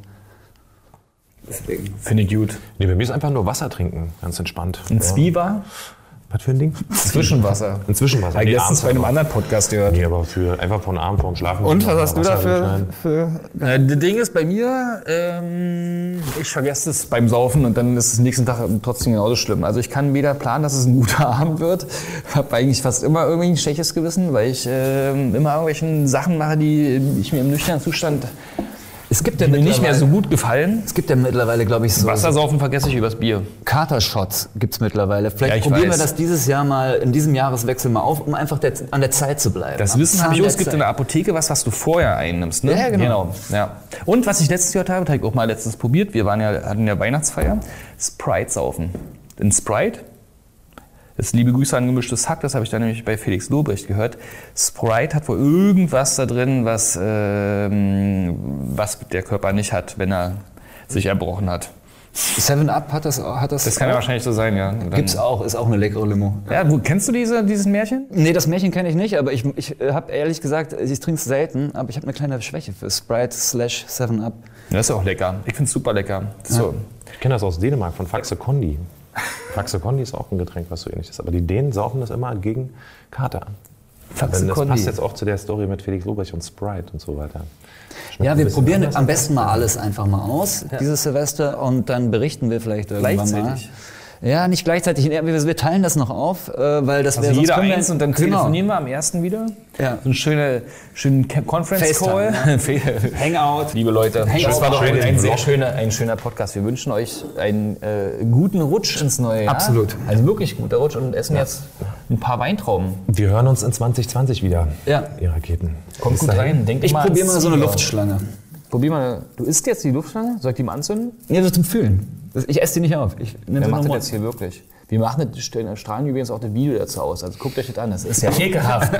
Speaker 4: Deswegen.
Speaker 5: Finde ich gut.
Speaker 3: nee, bei mir ist einfach nur Wasser trinken, ganz entspannt.
Speaker 5: Ein Zwieber?
Speaker 3: Was für ein Ding?
Speaker 5: Zwischenwasser.
Speaker 3: Ein Zwischenwasser.
Speaker 5: Habe ich
Speaker 3: Nee, abends
Speaker 5: letztens bei einem anderen Podcast gehört.
Speaker 3: Nee, aber für, einfach von Abend vorm Schlafen. gehen, Wasser reinschneiden.
Speaker 5: Äh, Das Ding ist bei mir, ähm, ich vergesse es beim Saufen und dann ist es nächsten Tag trotzdem genauso schlimm. Also ich kann weder planen, dass es ein guter Abend wird, habe eigentlich fast immer irgendwie ein schlechtes Gewissen, weil ich ähm, immer irgendwelchen Sachen mache, die ich mir im nüchternen Zustand
Speaker 4: Es gibt ja
Speaker 5: mir nicht mehr so
Speaker 4: mittlerweile-
Speaker 5: gut gefallen.
Speaker 4: Es gibt ja mittlerweile, glaube ich, so
Speaker 5: Wassersaufen vergesse ich übers Bier.
Speaker 4: Katershots gibt es mittlerweile. Vielleicht
Speaker 5: Ja, ich
Speaker 4: probieren
Speaker 5: weiß.
Speaker 4: wir das dieses Jahr mal, in diesem Jahreswechsel mal auf, um einfach der, an der Zeit zu bleiben.
Speaker 5: Das
Speaker 4: Am
Speaker 5: Wissen habe
Speaker 4: Zahn
Speaker 5: ich auch. Es
Speaker 4: der
Speaker 5: gibt in
Speaker 4: Zeit.
Speaker 5: der Apotheke was, was du vorher einnimmst. Ne?
Speaker 4: Ja, ja, genau.
Speaker 5: ja. Und was ich letztens gehört habe, das habe ich auch mal letztens probiert. Wir waren ja, hatten ja Weihnachtsfeier. Sprite saufen. In Sprite. Das liebe Grüße an gemischtes Hack, das habe ich dann nämlich bei Felix Lobrecht gehört. Sprite hat wohl irgendwas da drin, was, ähm, was der Körper nicht hat, wenn er sich erbrochen hat.
Speaker 4: Seven Up hat das, hat das,
Speaker 5: Das kann ja wahrscheinlich so sein, ja. Und dann-
Speaker 4: Gibt's auch, ist auch eine leckere Limo.
Speaker 5: Ja, wo, kennst du diese, dieses Märchen?
Speaker 4: Nee, das Märchen kenne ich nicht, aber ich, ich habe ehrlich gesagt, ich trinke es selten, aber ich habe eine kleine Schwäche für Sprite slash Seven Up.
Speaker 5: Ja, das ist auch lecker. Ich finde es super lecker. So.
Speaker 3: Ich kenne das aus Dänemark von Faxe Kondi. Faxe Kondi ist auch ein Getränk, was so ähnlich ist. Aber die Dänen saufen das immer gegen Kater.
Speaker 5: Faxe
Speaker 3: Denn das
Speaker 5: Kondi.
Speaker 3: passt jetzt auch zu der Story mit Felix Lobrecht und Sprite und so weiter. Schmeckt
Speaker 4: Ja,
Speaker 3: ein
Speaker 4: wir
Speaker 3: bisschen
Speaker 4: probieren
Speaker 3: anders.
Speaker 4: am besten mal alles einfach mal aus, dieses Silvester, und dann berichten wir vielleicht irgendwann
Speaker 5: Gleichzeitig.
Speaker 4: mal. Ja, nicht gleichzeitig. nee, Wir wir teilen das noch auf, äh, weil das
Speaker 5: Also
Speaker 4: wäre
Speaker 5: jeder
Speaker 4: sonst können wir- genau.
Speaker 5: eins und dann telefonieren wir am ersten wieder.
Speaker 4: Ja.
Speaker 5: So einen schöne, schönen Ca- Conference Call. Hangout. Liebe Leute,
Speaker 4: Hangout.
Speaker 5: das war doch ein,
Speaker 3: Schön
Speaker 5: ein
Speaker 3: den
Speaker 5: sehr
Speaker 3: Vlog.
Speaker 5: schöner, ein schöner Podcast. Wir wünschen euch einen äh, guten Rutsch ins neue Jahr.
Speaker 4: Absolut.
Speaker 5: Also wirklich guter Rutsch und essen jetzt ein paar Weintrauben.
Speaker 3: Wir hören uns in 2020 wieder.
Speaker 4: Ja.
Speaker 3: Ihr Raketen.
Speaker 5: Kommt
Speaker 3: Bis
Speaker 5: gut
Speaker 3: dahin.
Speaker 5: rein. Denkt
Speaker 4: Ich
Speaker 5: mal
Speaker 4: probiere
Speaker 5: ans
Speaker 4: mal so eine
Speaker 5: Ziel.
Speaker 4: Luftschlange.
Speaker 5: Probier mal. Du isst jetzt die Luftschlange? Soll ich die mal anzünden?
Speaker 4: Nee, so zum Fühlen. Das- Ich esse die nicht auf. Ich nehme
Speaker 5: Wer
Speaker 4: sie
Speaker 5: macht das
Speaker 4: nochmal.
Speaker 5: jetzt hier wirklich? Wir machen das, stellen- strahlen übrigens auch das Video dazu aus. Also guckt euch das an. Das ist ja ekelhaft.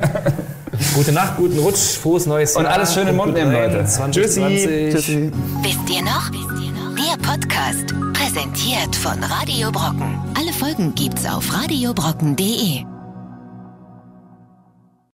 Speaker 5: Gute Nacht, guten Rutsch, frohes neues Jahr.
Speaker 4: Und alles schön in den Mund nehmen, Leute.
Speaker 5: Tschüssi.
Speaker 4: Tschüssi.
Speaker 1: Wisst ihr noch? Der Podcast, präsentiert von Radio Brocken. Alle Folgen gibt's auf radiobrocken.de.